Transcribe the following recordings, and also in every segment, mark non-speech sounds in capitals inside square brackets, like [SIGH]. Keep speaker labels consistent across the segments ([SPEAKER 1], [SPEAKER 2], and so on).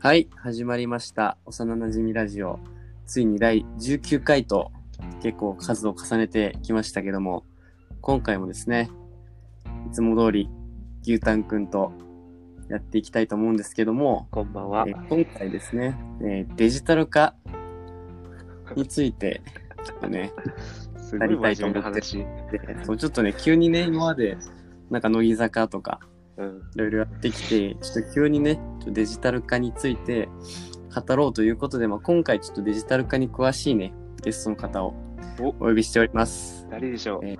[SPEAKER 1] はい、始まりました。幼なじみラジオ。ついに第19回と結構数を重ねてきましたけども、今回もですね、いつも通り牛タンくんとやっていきたいと思うんですけども、
[SPEAKER 2] こんばんは
[SPEAKER 1] え。ー今回ですね、えーデジタル化について、ちょっとね、
[SPEAKER 2] すごい真面目な話。
[SPEAKER 1] でそうちょっとね、急にね、今までなんか乃木坂とか、
[SPEAKER 2] うん。
[SPEAKER 1] いろいろやってきて、ちょっと急にね、ちょっとデジタル化について語ろうということで、まあ、今回ちょっとデジタル化に詳しいね、ゲストの方を
[SPEAKER 2] お
[SPEAKER 1] お呼びしております。
[SPEAKER 2] 誰でしょう
[SPEAKER 1] え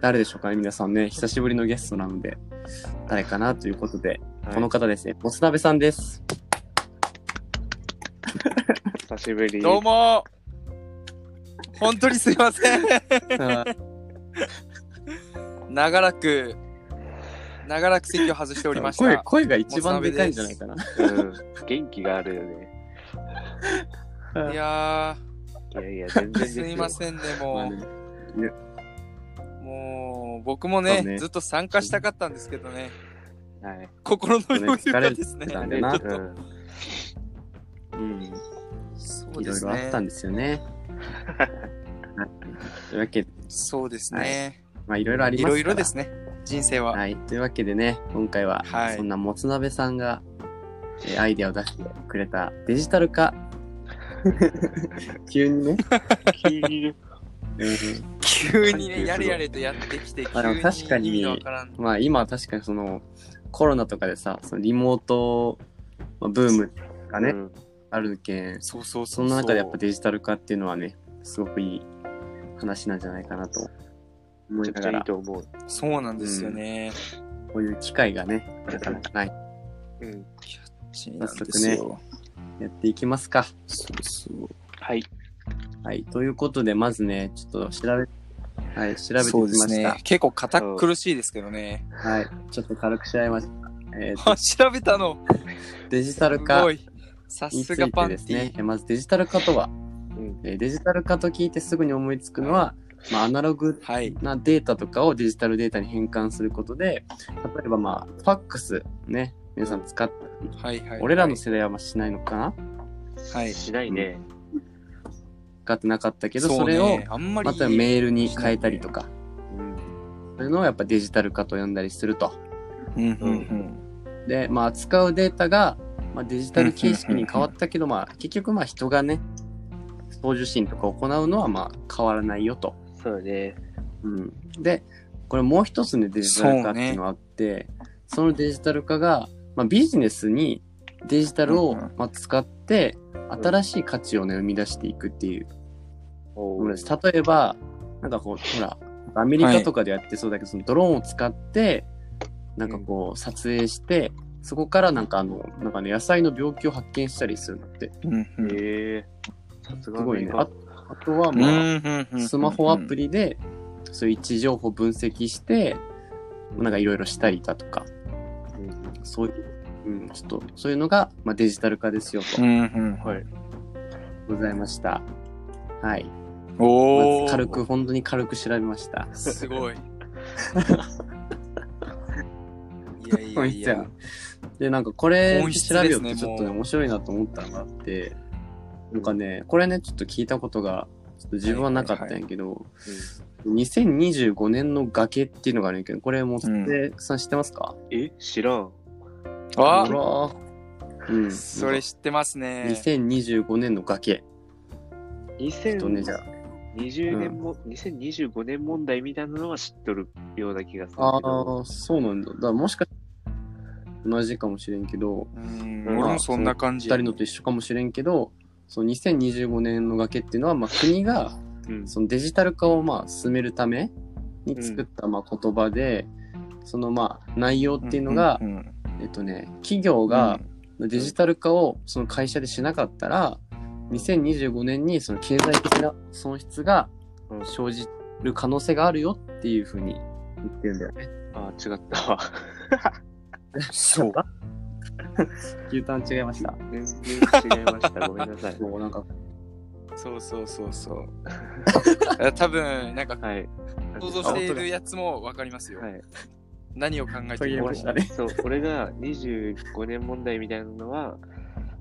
[SPEAKER 1] 誰でしょうかね、皆さんね、久しぶりのゲストなので、誰かなということで、
[SPEAKER 2] はい
[SPEAKER 1] この方ですね、もつなべさんです。
[SPEAKER 2] 久しぶり。
[SPEAKER 3] どうも本当にすいません長らく長らく席を外しておりまし
[SPEAKER 1] 声
[SPEAKER 3] た
[SPEAKER 1] 声が一番でかいんじゃないかな。
[SPEAKER 2] うん。元気があるよね。
[SPEAKER 3] いや
[SPEAKER 2] いやいや、全然
[SPEAKER 3] ー
[SPEAKER 2] です
[SPEAKER 3] す
[SPEAKER 2] よ。
[SPEAKER 3] いませんね
[SPEAKER 1] まあ
[SPEAKER 3] も
[SPEAKER 1] ね
[SPEAKER 3] うもう僕も
[SPEAKER 1] そう
[SPEAKER 3] ね
[SPEAKER 1] ね
[SPEAKER 3] ずっと参加したかったんですけどね
[SPEAKER 2] はい。
[SPEAKER 3] 心の余裕がです
[SPEAKER 1] 疲れ
[SPEAKER 3] ね
[SPEAKER 1] てた
[SPEAKER 2] なんん
[SPEAKER 1] で
[SPEAKER 2] で
[SPEAKER 1] な
[SPEAKER 2] な。
[SPEAKER 1] うん
[SPEAKER 3] そう
[SPEAKER 1] い
[SPEAKER 3] で
[SPEAKER 1] ろい
[SPEAKER 3] す
[SPEAKER 1] ろあったん
[SPEAKER 3] ね
[SPEAKER 1] ですよね。はいというわけで、
[SPEAKER 3] そうですね
[SPEAKER 1] まあ、いろいろあり
[SPEAKER 3] い
[SPEAKER 1] ますか
[SPEAKER 3] ろ
[SPEAKER 1] ら
[SPEAKER 3] いろですね人生は
[SPEAKER 1] はい、というわけでね、今回は
[SPEAKER 3] はい
[SPEAKER 1] そんなもつ鍋さんが、えーアイデアを出してくれたデジタル
[SPEAKER 2] [LAUGHS]
[SPEAKER 1] 化。急にね。
[SPEAKER 2] 急にね
[SPEAKER 1] うん
[SPEAKER 2] 関係す
[SPEAKER 3] 急にね
[SPEAKER 2] る
[SPEAKER 3] やれやれとやってきて
[SPEAKER 1] あでも確か
[SPEAKER 3] 急
[SPEAKER 1] に
[SPEAKER 3] に意味のわからん
[SPEAKER 1] まあ今は確かにそのコロナとかでさ、そのリモート、まあブームがね、
[SPEAKER 2] うん
[SPEAKER 1] あるけん、
[SPEAKER 3] そうそう
[SPEAKER 1] そ
[SPEAKER 3] そうう
[SPEAKER 1] の中でやっぱデジタル化っていうのはね、すごくいい話なんじゃないかなと思
[SPEAKER 2] めち
[SPEAKER 1] い
[SPEAKER 2] ゃ
[SPEAKER 1] な
[SPEAKER 2] くち
[SPEAKER 1] が
[SPEAKER 2] ゃいい
[SPEAKER 1] ら、
[SPEAKER 2] と思う。
[SPEAKER 3] そうなんですよね
[SPEAKER 1] こういう機会がね、なかなかない。
[SPEAKER 2] うん。
[SPEAKER 3] そうなんですよ
[SPEAKER 1] やっていきますか。
[SPEAKER 3] そうそう
[SPEAKER 2] はい。
[SPEAKER 1] はい、ということで、まずね、ちょっと調べ、はい、調べてき
[SPEAKER 3] そう
[SPEAKER 1] ま
[SPEAKER 3] です
[SPEAKER 1] した。
[SPEAKER 3] ね。結構堅苦しいですけどね。
[SPEAKER 1] はい、ちょっと軽く調べました。えー
[SPEAKER 3] [LAUGHS]
[SPEAKER 1] と
[SPEAKER 3] 調べたの
[SPEAKER 1] デジタ
[SPEAKER 3] す
[SPEAKER 1] ル化
[SPEAKER 3] ごい。さ
[SPEAKER 1] につ
[SPEAKER 3] すが
[SPEAKER 1] い
[SPEAKER 3] パ
[SPEAKER 1] て
[SPEAKER 3] ン
[SPEAKER 1] で
[SPEAKER 3] ティ
[SPEAKER 1] すね、えーまずデジタル化とは、
[SPEAKER 2] うん
[SPEAKER 1] えーデジタル化と聞いてすぐに思いつくのは、まあ、アナログ
[SPEAKER 3] はい。
[SPEAKER 1] なデータとかをデジタルデータに変換することで、例えば、まあ、ファックスね、皆さん使って、
[SPEAKER 3] はいはい。
[SPEAKER 1] 俺らの世代はまあしないのかな
[SPEAKER 3] はい。
[SPEAKER 2] しないね。
[SPEAKER 1] 使ってなかったけど、
[SPEAKER 3] うね
[SPEAKER 1] それを、
[SPEAKER 3] あんまり
[SPEAKER 1] またメールに変えたりとか、そういうのをやっぱデジタル化と呼んだりすると。
[SPEAKER 3] うんうん
[SPEAKER 1] で、まあ、扱うデータが、まあ、デジタル形式に変わったけど、まあ、結局、まあ、人がね、送受信とか行うのは、まあ、変わらないよと。
[SPEAKER 2] そうね。
[SPEAKER 1] うん、で、これもう一つね、デジタル化っていうのがあって、そ,、のデジタル化が、まあ、ビジネスにデジタルを、
[SPEAKER 3] うんうん
[SPEAKER 1] まあ、使って、新しい価値をね、生み出していくっていう
[SPEAKER 2] お
[SPEAKER 1] もの
[SPEAKER 2] ー
[SPEAKER 1] です。例えば、なんかこう、ほら、アメリカとかでやってそうだけど、そのドローンを使って、なんかこう、撮影して、そこからなんかあの、なんかね、野菜の病気を発見したりするのって、
[SPEAKER 3] うん。うんうん
[SPEAKER 2] へえ。さすが
[SPEAKER 1] すごいね。
[SPEAKER 2] あ
[SPEAKER 1] ああとは、
[SPEAKER 3] うん
[SPEAKER 1] ま
[SPEAKER 3] うんう
[SPEAKER 1] あ、
[SPEAKER 3] ん。
[SPEAKER 1] スマホアプ
[SPEAKER 3] リ。
[SPEAKER 1] リで、そういう位置情報分析して、なんかいろいろしたりだとか、そういう、うん、ちょっと、そういうのが、まあ、デジタル化ですよ、
[SPEAKER 3] う
[SPEAKER 1] と、
[SPEAKER 3] んうん。
[SPEAKER 2] はい。
[SPEAKER 1] ございました。はい。
[SPEAKER 3] お
[SPEAKER 1] ま
[SPEAKER 3] お。
[SPEAKER 1] ず軽く、。本当に軽く調べました。
[SPEAKER 3] すご
[SPEAKER 1] [LAUGHS]
[SPEAKER 3] い。いやいやいや。
[SPEAKER 1] で、なんかこれ
[SPEAKER 3] 本質
[SPEAKER 1] 調べ
[SPEAKER 3] で
[SPEAKER 1] ようっ
[SPEAKER 3] すね
[SPEAKER 1] てちょっとね、
[SPEAKER 3] もう
[SPEAKER 1] 面白いなと思ったのがあって、なんかね、これね、ちょっと聞いたことが、ちょっと自分はなかったんやけど、2025年の崖っていうのがあるんやけど、これもう、でさん知ってますか
[SPEAKER 2] え、知らん。
[SPEAKER 3] あ
[SPEAKER 1] ほらーうん。
[SPEAKER 3] それ知ってますね。
[SPEAKER 1] 2025年の崖。ちょっとね、じゃあ。
[SPEAKER 2] 20年も、2025年問題みたいなのは知っとるような気がするけ
[SPEAKER 1] あ
[SPEAKER 2] ど。
[SPEAKER 1] あ、そうなんだ。だからもしかしたら同じかもしれんけど、
[SPEAKER 3] うん。俺もそんな感じ。
[SPEAKER 1] 二人のと一緒かもしれんけど、その2025年の崖っていうのは、まあ国が、
[SPEAKER 2] うん
[SPEAKER 1] そのデジタル化をまあ進めるために作ったまあ言葉で、そのまあ内容っていうのが、
[SPEAKER 3] んんん、
[SPEAKER 1] えっとね、企業がデジタル化をその会社でしなかったら、2025年にその経済的な損失が
[SPEAKER 2] うん
[SPEAKER 1] 生じる可能性があるよっていうふうに言ってるんだよね。
[SPEAKER 2] あー、違ったわ。
[SPEAKER 3] うんそう。
[SPEAKER 1] 牛タン違いました。
[SPEAKER 2] 全然違いました。ごめんなさい。
[SPEAKER 1] そう、なんか、
[SPEAKER 3] そうそうそうそう。 [LAUGHS] あ多分なんか
[SPEAKER 2] はい。
[SPEAKER 3] 想像しているやつもわかりますよ。
[SPEAKER 2] はい。
[SPEAKER 3] 何を考えて
[SPEAKER 1] と言え
[SPEAKER 3] る
[SPEAKER 1] ま
[SPEAKER 3] か
[SPEAKER 1] したね
[SPEAKER 2] そう、俺が25年問題みたいなのは、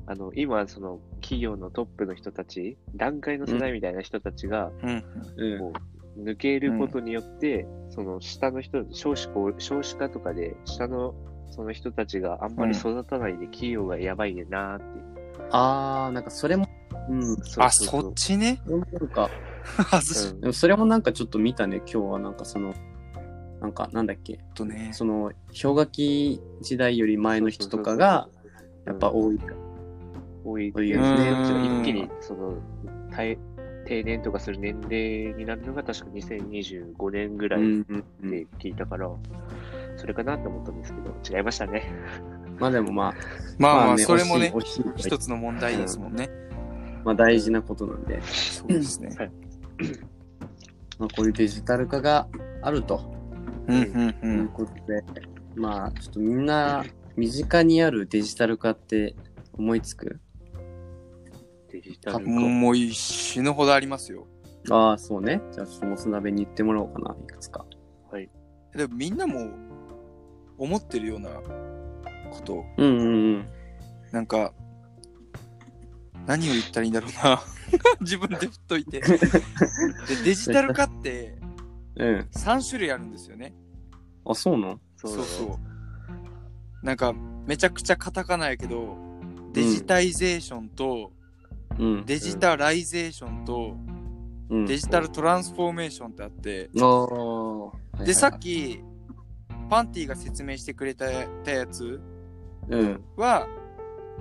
[SPEAKER 2] あの、今、その、企業のトップの人たち、段階の世代みたいな人たちが、
[SPEAKER 3] うん。
[SPEAKER 1] うん。
[SPEAKER 2] こう、抜けることによって、その、下の人、少子高、少子化とかで、下の、その人たちがあんまり育たないで、企業がやばいねなーって。
[SPEAKER 1] あー、なんかそれも、うん。
[SPEAKER 2] そう
[SPEAKER 3] あ、
[SPEAKER 2] そう
[SPEAKER 3] そ
[SPEAKER 2] そう
[SPEAKER 3] っちね。 [LAUGHS]
[SPEAKER 1] なんか、
[SPEAKER 3] 外し
[SPEAKER 1] でもそれもなんかちょっと見たね、今日はなんかその、なんかなんだっけ、
[SPEAKER 3] とね。
[SPEAKER 1] その氷河期時代より前の人とかが、やっぱ多い。
[SPEAKER 2] 多い
[SPEAKER 1] 多い
[SPEAKER 2] い
[SPEAKER 1] よ
[SPEAKER 2] う
[SPEAKER 1] ね
[SPEAKER 2] ね。
[SPEAKER 3] うん
[SPEAKER 2] 一気にその定定年とかする年齢になるのが確か2025年ぐらいっ
[SPEAKER 1] うんう
[SPEAKER 2] て
[SPEAKER 1] ん
[SPEAKER 2] 聞いたから、それかなと思ったんですけど、違いましたね。
[SPEAKER 1] まあでもまあ、
[SPEAKER 3] まあまあ、
[SPEAKER 1] ね
[SPEAKER 3] それもね、
[SPEAKER 1] 惜しい惜しい
[SPEAKER 3] 一つの問題ですもんね。
[SPEAKER 1] まあ大事なことなんで、
[SPEAKER 3] そうですね。
[SPEAKER 1] まあ、こういうデジタル化があると
[SPEAKER 3] うんうんう。
[SPEAKER 1] いうんことで、まあちょっとみんな身近にあるデジタル化って思いつく
[SPEAKER 2] デジタル化。
[SPEAKER 3] もう死ぬほどありますよ。
[SPEAKER 1] ああ、そうね。じゃあちょっともつ鍋に言ってもらおうかな、いくつか。
[SPEAKER 3] でもみんなも思ってるようなこと、
[SPEAKER 1] うんうんうん。
[SPEAKER 3] なんか、何を言ったらいいんだろうな。 [LAUGHS] 自分で振っといて。でデジタル化って
[SPEAKER 1] うん。
[SPEAKER 3] 3種類あるんですよね。
[SPEAKER 1] あ、そうなの
[SPEAKER 2] そう
[SPEAKER 3] そうそう。なんか、めちゃくちゃカタカナやけど、デジタイゼーションと、
[SPEAKER 1] うん。
[SPEAKER 3] デジタライゼーションと、
[SPEAKER 1] うん、
[SPEAKER 3] デジタルトランスフォーメーションってあって、
[SPEAKER 1] ああ。はいはい
[SPEAKER 3] で、さっ、き、パンティが説明してくれたたやつ
[SPEAKER 1] うん。
[SPEAKER 3] は、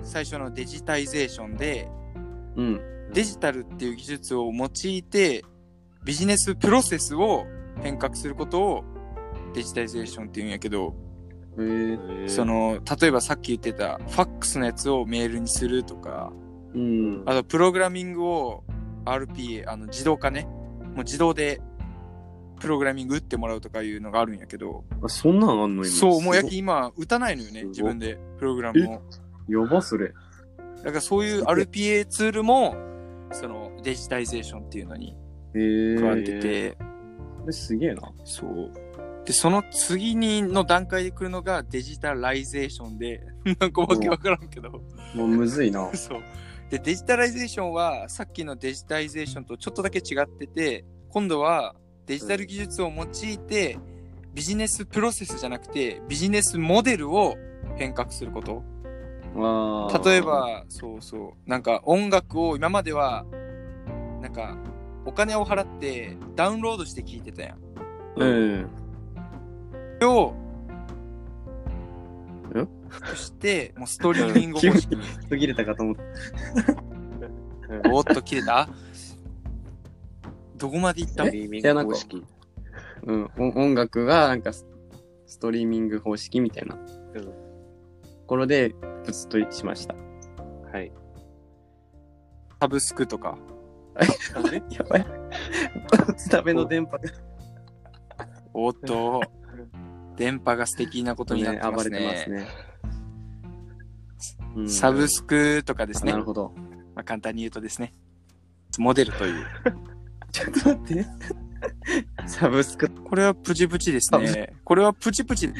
[SPEAKER 3] 最初のデジタイゼーションで、
[SPEAKER 1] うん。
[SPEAKER 3] デジタルっていう技術を用いて、ビジネスプロセスを変革することをデジタイゼーションって言うんやけど、
[SPEAKER 1] えー、
[SPEAKER 2] へー
[SPEAKER 3] そ、の、例えばさっき言ってた、ファックスのやつをメールにするとか、
[SPEAKER 1] うん。
[SPEAKER 3] あと、プログラミングを RPA、あの、自動化ね。もう自動で、プログラミング打ってもらうとかいうのがあるんやけど、
[SPEAKER 1] あ、そんなんあんの今。
[SPEAKER 3] そう、もうやき
[SPEAKER 1] す
[SPEAKER 3] 今、打たないのよね、
[SPEAKER 1] すごい
[SPEAKER 3] 自分で、プログラムを。
[SPEAKER 1] ごいやば、それ。
[SPEAKER 3] だからそういう RPA ツールも、その、デジタイゼーションっていうのに
[SPEAKER 1] え
[SPEAKER 3] 加わっ
[SPEAKER 1] ー、
[SPEAKER 3] てて、
[SPEAKER 1] これすげえな。
[SPEAKER 3] そう。で、その次にの段階で来るのがデジタライゼーションで、 [LAUGHS] なんかわけわからんけど、
[SPEAKER 1] もうむずいな。
[SPEAKER 3] そう。で、デジタライゼーションは、さっきのデジタイゼーションとちょっとだけ違ってて、今度はデジタル技術を用いて、ビジネスプロセスじゃなくて、ビジネスモデルを変革すること。
[SPEAKER 1] あー
[SPEAKER 3] 例え、ばそうそうなんか音楽を今まではなんかお金を払ってダウンロードして聴いてたやん
[SPEAKER 1] うん。
[SPEAKER 3] それを
[SPEAKER 1] ん
[SPEAKER 3] そしてもうストリーミング方式に
[SPEAKER 1] 途切れたかと思った。
[SPEAKER 3] おっと切
[SPEAKER 1] [LAUGHS]
[SPEAKER 3] れたどこまでいった
[SPEAKER 2] スト
[SPEAKER 3] の
[SPEAKER 2] リーミン
[SPEAKER 1] いやな
[SPEAKER 2] グ
[SPEAKER 1] んか
[SPEAKER 2] 方式。
[SPEAKER 1] うん。お音楽が、なんかス、ストリーミング方式みたいなと
[SPEAKER 2] うん
[SPEAKER 1] ころで、プツッとしました。
[SPEAKER 2] はい。
[SPEAKER 3] サブスクとか
[SPEAKER 2] あれ
[SPEAKER 1] や
[SPEAKER 3] [LAUGHS]
[SPEAKER 1] ばい。食べの電波が、
[SPEAKER 3] おっ
[SPEAKER 1] [LAUGHS]
[SPEAKER 3] と電波が素敵なことになってま
[SPEAKER 1] 暴
[SPEAKER 3] す
[SPEAKER 1] れ
[SPEAKER 3] ね
[SPEAKER 1] てますね。うん
[SPEAKER 3] サブスクとかですね
[SPEAKER 1] なるほど。
[SPEAKER 3] まあ、簡単に言うとですねモデルという
[SPEAKER 1] ちょっと待って。サブスク。
[SPEAKER 3] これはプチプチですねこれはプチプチ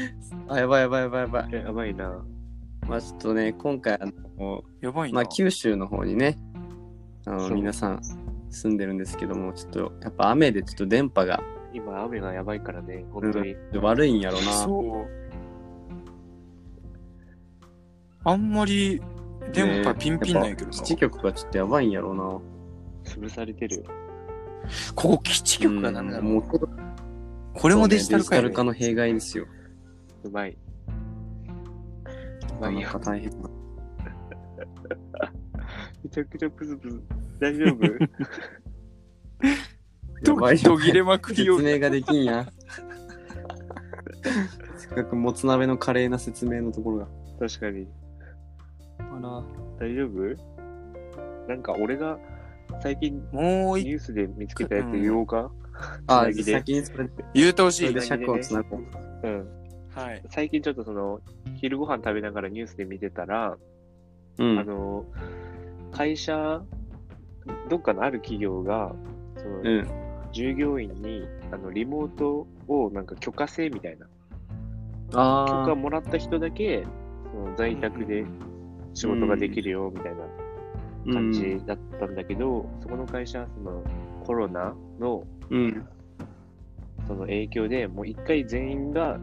[SPEAKER 1] あ、やばいやばいやばいやばい。
[SPEAKER 2] やばいな。
[SPEAKER 1] まあちょっとね、今回、あの、
[SPEAKER 3] やばい
[SPEAKER 1] ま
[SPEAKER 3] な、
[SPEAKER 1] あ九州の方にね、あの、
[SPEAKER 2] そう
[SPEAKER 1] 皆さん住んでるんですけども、ちょっと、やっぱ雨でちょっと電波が
[SPEAKER 2] 今、雨がやばいからね、本当に。
[SPEAKER 1] 悪いんやろな。
[SPEAKER 3] そう。あんまり電波ピンピンないけどな。
[SPEAKER 1] 基地局がちょっとやばいんやろな。
[SPEAKER 2] 潰されてるよ。
[SPEAKER 3] ここ基地局がなんだろう。
[SPEAKER 1] もうこ
[SPEAKER 3] これもデジタル化やね
[SPEAKER 1] デジタル化の弊害ですよ。
[SPEAKER 2] うまい。うまい
[SPEAKER 1] なん
[SPEAKER 2] よ
[SPEAKER 1] か。大変な。
[SPEAKER 2] めちゃくちゃプズプズ。大 [LAUGHS] 丈夫
[SPEAKER 1] やばい
[SPEAKER 3] 途切れまくり
[SPEAKER 1] 説
[SPEAKER 3] よ。
[SPEAKER 1] 明ができんや。 [LAUGHS] せっかくもつ鍋の華麗な説明のところが。
[SPEAKER 2] 確かに。
[SPEAKER 1] あら。
[SPEAKER 2] 大丈夫なんか俺が最近
[SPEAKER 3] もう
[SPEAKER 2] ニ
[SPEAKER 3] い
[SPEAKER 2] ュースで見つけたやつ言おうか、
[SPEAKER 1] あ、
[SPEAKER 2] つなぎで
[SPEAKER 1] 先にそれで、
[SPEAKER 3] 言うて
[SPEAKER 1] そ
[SPEAKER 3] ほし
[SPEAKER 1] れ
[SPEAKER 3] い
[SPEAKER 1] で。尺をつなごう。
[SPEAKER 2] うん、
[SPEAKER 3] はい。
[SPEAKER 2] 最近ちょっとその、昼ご飯食べながらニュースで見てたら、
[SPEAKER 1] う
[SPEAKER 2] あ
[SPEAKER 1] ん。
[SPEAKER 2] の、会社、どっかのある企業が、その
[SPEAKER 1] うん。
[SPEAKER 2] 従業員にあのリモートをなんか許可制みたいな、許
[SPEAKER 1] あ
[SPEAKER 2] 可もらった人だけその在宅で仕事ができるよみたいな感じだったんだけど、そこの会社はそのコロナの
[SPEAKER 1] うん。
[SPEAKER 2] その影響で、もう一回全員が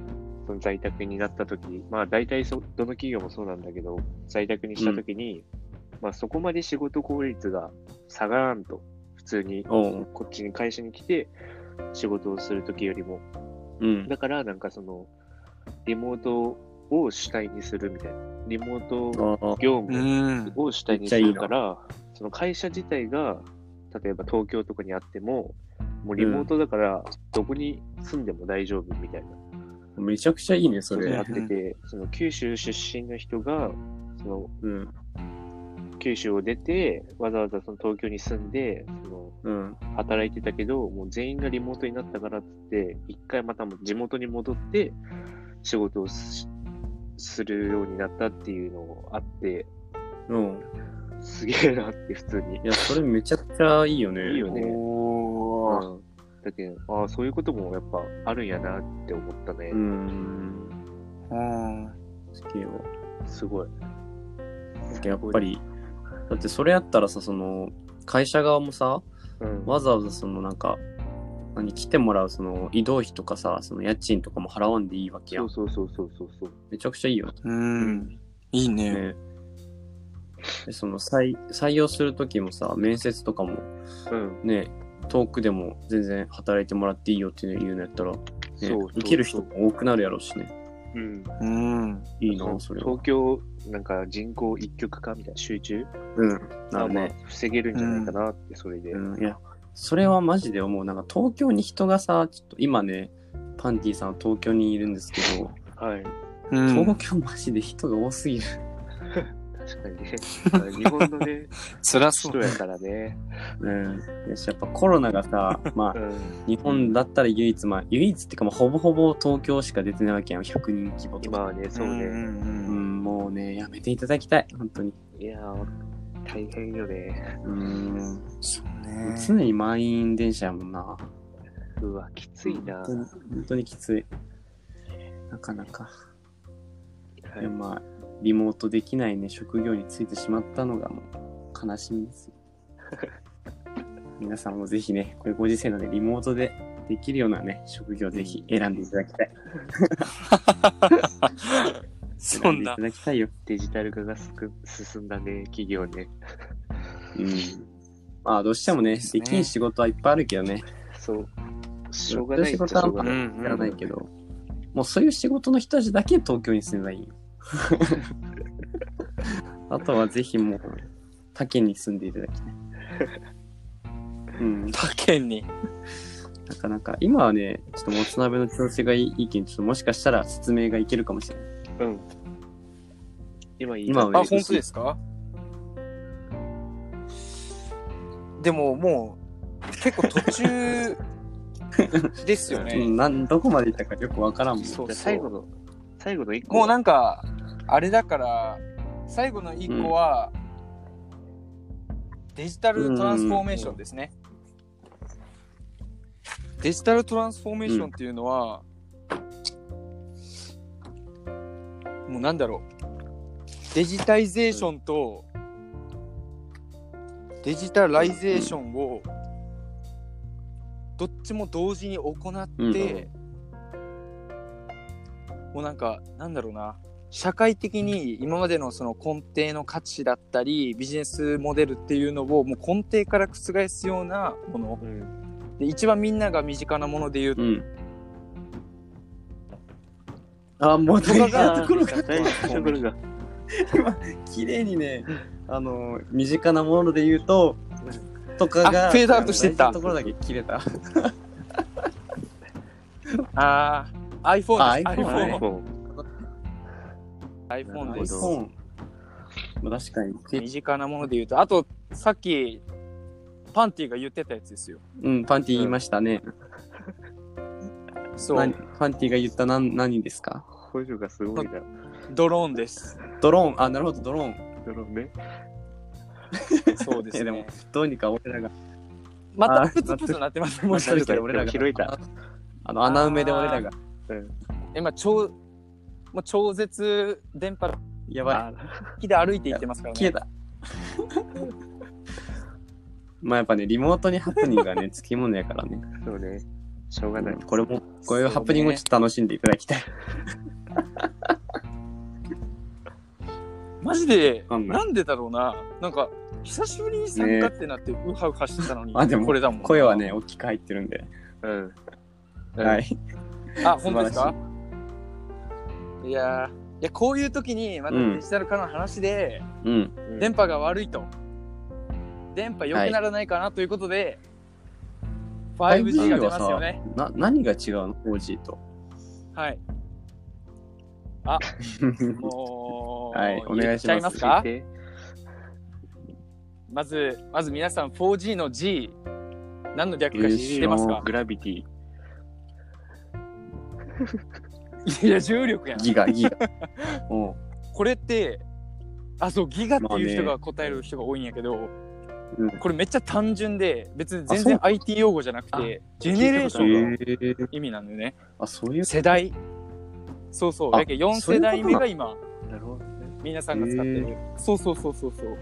[SPEAKER 2] その在宅になった時まあ大体そどの企業もそうなんだけど、在宅にした時に、まあそこまで仕事効率が下がらんと、普通に
[SPEAKER 1] おう。
[SPEAKER 2] こっちに会社に来て仕事をする時よりも。
[SPEAKER 1] うん。
[SPEAKER 2] だからなんかその、リモートを主体にするみたいな。リモート
[SPEAKER 1] ああ
[SPEAKER 2] 業
[SPEAKER 3] う
[SPEAKER 2] 務
[SPEAKER 3] ん。
[SPEAKER 2] を主体にするから、その会社自体が、例えば東京とかにあっても、もうリモートだから、どこに住んでも大丈夫みたいな、
[SPEAKER 1] めちゃくちゃいいね、そ
[SPEAKER 2] そういうのや
[SPEAKER 1] れ
[SPEAKER 2] っ。てて、その九州出身の人が、その
[SPEAKER 1] うん。
[SPEAKER 2] 九州を出て、わざわざその東京に住んで、その
[SPEAKER 1] うん。
[SPEAKER 2] 働いてたけど、もう全員がリモートになったからっつって、一回またもう地元に戻って、仕事をしするようになったっていうのがあって、
[SPEAKER 1] うん。
[SPEAKER 2] すげえなって普通に
[SPEAKER 1] い。や、それめちゃくちゃいいよね。
[SPEAKER 2] いいよね
[SPEAKER 3] おー。
[SPEAKER 2] うんだけど、ああ、そういうこともやっぱあるんやなって思ったね。
[SPEAKER 1] うん。
[SPEAKER 3] うん。
[SPEAKER 1] 好きよ。
[SPEAKER 2] すごい。
[SPEAKER 1] やっぱり、だってそれやったらさ、その、会社側もさ、
[SPEAKER 2] うん、
[SPEAKER 1] わざわざそのなんか、何、来てもらうその移動費とかさ、その家賃とかも払わんでいいわけや
[SPEAKER 2] そ
[SPEAKER 1] ん
[SPEAKER 2] う。そうそうそうそうそう。
[SPEAKER 1] めちゃくちゃいいよ
[SPEAKER 3] うん。いいね。
[SPEAKER 1] ね。でその採採用するときもさ、面接とかも
[SPEAKER 2] うん。
[SPEAKER 1] ね、遠くでも全然働いてもらっていいよっていうのやったら、ね、
[SPEAKER 2] そうそうそう
[SPEAKER 1] 受ける人も多くなるやろうしね。
[SPEAKER 2] うん。
[SPEAKER 3] うん。
[SPEAKER 1] いいな、それは。
[SPEAKER 2] 東京、なんか人口一極化みたいな集中
[SPEAKER 1] うん。な
[SPEAKER 2] あ
[SPEAKER 1] る
[SPEAKER 2] まあ
[SPEAKER 1] ね。
[SPEAKER 2] 防げるんじゃないかなって、それで。
[SPEAKER 1] うん、いや、それはマジで思う。なんか東京に人がさ、ちょっと今ね、パンティさんは東京にいるんですけど、
[SPEAKER 2] はい。
[SPEAKER 3] うん、
[SPEAKER 1] 東京マジで人が多すぎる。
[SPEAKER 2] 確かにね。まあ日本の
[SPEAKER 1] [LAUGHS]
[SPEAKER 2] ね、
[SPEAKER 3] そりゃそう
[SPEAKER 2] 人
[SPEAKER 3] だ
[SPEAKER 2] やからね。
[SPEAKER 1] うん。よし、やっぱコロナがさ、ま
[SPEAKER 2] う
[SPEAKER 1] あ、
[SPEAKER 2] ん。
[SPEAKER 1] 日本だったら唯一、まあ、唯一っていうか、まあ、ほぼほぼ東京しか出てないわけやん。100人規模と
[SPEAKER 2] 今
[SPEAKER 1] か。
[SPEAKER 2] はね、そう
[SPEAKER 3] う
[SPEAKER 2] ね。
[SPEAKER 1] うんん、もうね、やめていただきたい。本当に。
[SPEAKER 2] いやー、大変よね。
[SPEAKER 1] うん。
[SPEAKER 3] そう
[SPEAKER 1] 常
[SPEAKER 3] ね。
[SPEAKER 1] に満員電車やもんな。
[SPEAKER 2] うわ、きついな。
[SPEAKER 1] 本当に本当にきつい。なかなか。
[SPEAKER 2] はい
[SPEAKER 1] でもまあ、リモートできないね、職業に就いてしまったのがもう悲しみです
[SPEAKER 3] [LAUGHS]
[SPEAKER 1] よ。皆さんもぜひね、こういうご時世なので、リモートでできるようなね、職業をぜひ選んでいただきたい。
[SPEAKER 3] そ
[SPEAKER 1] 選ん
[SPEAKER 3] ん
[SPEAKER 1] でい
[SPEAKER 3] な
[SPEAKER 1] た。だきたいよ。
[SPEAKER 2] デジタル化がすく進んだね、企業ね。
[SPEAKER 1] うん。まあ、どうしてもね、
[SPEAKER 3] そうですね
[SPEAKER 1] できん仕事はいっぱいあるけどね、
[SPEAKER 2] そう。しょうがないっちゃしょうが
[SPEAKER 3] う
[SPEAKER 2] ない。
[SPEAKER 3] ん
[SPEAKER 1] やらないけど、もうそういう仕事の人たちだけ東京に住めばいい
[SPEAKER 3] [LAUGHS]
[SPEAKER 1] よ。あとはぜひもう、他県に住んでいただきたい。うん、
[SPEAKER 3] 他県に。
[SPEAKER 1] なかなか、今はね、ちょっともつ鍋の調子がいいいいけん、ちょっともしかしたら説明がいけるかもしれない。
[SPEAKER 2] うん。今いい
[SPEAKER 1] 今は
[SPEAKER 3] あ、
[SPEAKER 1] ね
[SPEAKER 3] 本当ですかでももう、結構途中です [LAUGHS] よ
[SPEAKER 1] う
[SPEAKER 3] ね
[SPEAKER 1] ん。なんどこまでいったかよくわからんもん。
[SPEAKER 3] そうそう
[SPEAKER 2] 最後の、最後の一個。
[SPEAKER 3] もうなんか、あれだから、最後の一個は、デジタルトランスフォーメーションですね。デジタルトランスフォーメーションっていうのは、もうなんだろう。デジタイゼーションと、デジタライゼーションを、どっちも同時に行って、もうなんか、なんだろうな、社会的に今までのその根底の価値だったり、ビジネスモデルっていうのをもう根底から覆すようなもの。
[SPEAKER 2] うん。
[SPEAKER 3] で、一番みんなが身近なもので言うと、
[SPEAKER 1] うん。あ、もう大事なところが、
[SPEAKER 2] 大事なところが。
[SPEAKER 1] 綺麗にね、あの、身近なもので言うと、とかが、
[SPEAKER 3] あフェードアウトしてった
[SPEAKER 1] 大事なところだけ切れた。
[SPEAKER 3] ああ、iPhone です。
[SPEAKER 1] あ iPhone ね
[SPEAKER 2] iPhone
[SPEAKER 3] iPhone です。
[SPEAKER 1] iPhone。まあ確かに。
[SPEAKER 3] 身近なもので言うと、あと、さっき、パンティが言ってたやつですよ。
[SPEAKER 1] うん、パンティ言いましたね。
[SPEAKER 3] そ
[SPEAKER 1] 何
[SPEAKER 3] う、
[SPEAKER 1] パンティが言った何何ですか
[SPEAKER 2] 補助がすごいな。
[SPEAKER 3] ドローンです。
[SPEAKER 1] ドローン、あ、なるほど、ドローン。
[SPEAKER 2] なるほどね。
[SPEAKER 3] そうです
[SPEAKER 1] えで
[SPEAKER 3] ね
[SPEAKER 1] も。どうにか俺らが、
[SPEAKER 3] ま
[SPEAKER 1] あ
[SPEAKER 3] たプツプツなってますね、もし
[SPEAKER 1] どう
[SPEAKER 3] か
[SPEAKER 1] に
[SPEAKER 3] して
[SPEAKER 1] か俺らが、
[SPEAKER 2] 拾えた
[SPEAKER 1] あの、穴埋めで俺らが。
[SPEAKER 3] 今、超、もう超絶電波
[SPEAKER 1] やばい。
[SPEAKER 2] あ
[SPEAKER 3] 木で歩いていってますからね。
[SPEAKER 1] 消えた。まあやっぱね、リモートにハプニングがね、つきものやからね。
[SPEAKER 2] ーそうね。しょうがない。
[SPEAKER 1] これも、こういうハプニングをちょっと楽しんでいただきたい。
[SPEAKER 3] マジで、
[SPEAKER 1] わかんない
[SPEAKER 3] なんでだろうな。なんか、久しぶりに参加ってなって、ウハウハしてたのに、
[SPEAKER 1] あでも
[SPEAKER 3] これだもん。
[SPEAKER 1] 声は。ね、大きく入ってるんで。
[SPEAKER 2] うん。。
[SPEAKER 1] はいい。
[SPEAKER 3] あ、本当です
[SPEAKER 1] 素晴
[SPEAKER 3] かいやーいや、こういう時に、また
[SPEAKER 1] うん
[SPEAKER 3] デジタル化の話で、
[SPEAKER 1] うん。
[SPEAKER 2] うん
[SPEAKER 3] 電波が悪いと。電波良くならないかなということで、5G が出ますよね。
[SPEAKER 1] な、何が違うの ?4G と。
[SPEAKER 3] はい。
[SPEAKER 1] [LAUGHS]
[SPEAKER 3] もう、
[SPEAKER 1] はいお願いします
[SPEAKER 3] 言っちゃいますか
[SPEAKER 2] 教えて
[SPEAKER 3] まず、まず皆さん 4G の G、何の略か知ってますか
[SPEAKER 2] グラビティ。
[SPEAKER 3] いや、重力やな。
[SPEAKER 1] [LAUGHS] ギガ、ギガ。おう
[SPEAKER 3] これって、あ、そう、ギガって
[SPEAKER 1] まあ
[SPEAKER 3] いう
[SPEAKER 1] ね
[SPEAKER 3] 人が答える人が多いんやけど、
[SPEAKER 1] うん
[SPEAKER 3] これめっちゃ単純で、別に
[SPEAKER 1] あ
[SPEAKER 3] 全
[SPEAKER 1] そう
[SPEAKER 3] 然 IT 用語じゃなく
[SPEAKER 1] あ
[SPEAKER 3] て、ジェネレーシ
[SPEAKER 1] へ
[SPEAKER 3] ョンの
[SPEAKER 1] ー
[SPEAKER 3] 意味なんだよね。
[SPEAKER 1] あ、そういう。
[SPEAKER 3] 世代。そうそう。
[SPEAKER 1] あ
[SPEAKER 3] だけど4世代目が今、
[SPEAKER 2] なるほど。
[SPEAKER 3] 皆さんが使ってる。そうそうそうそうそう。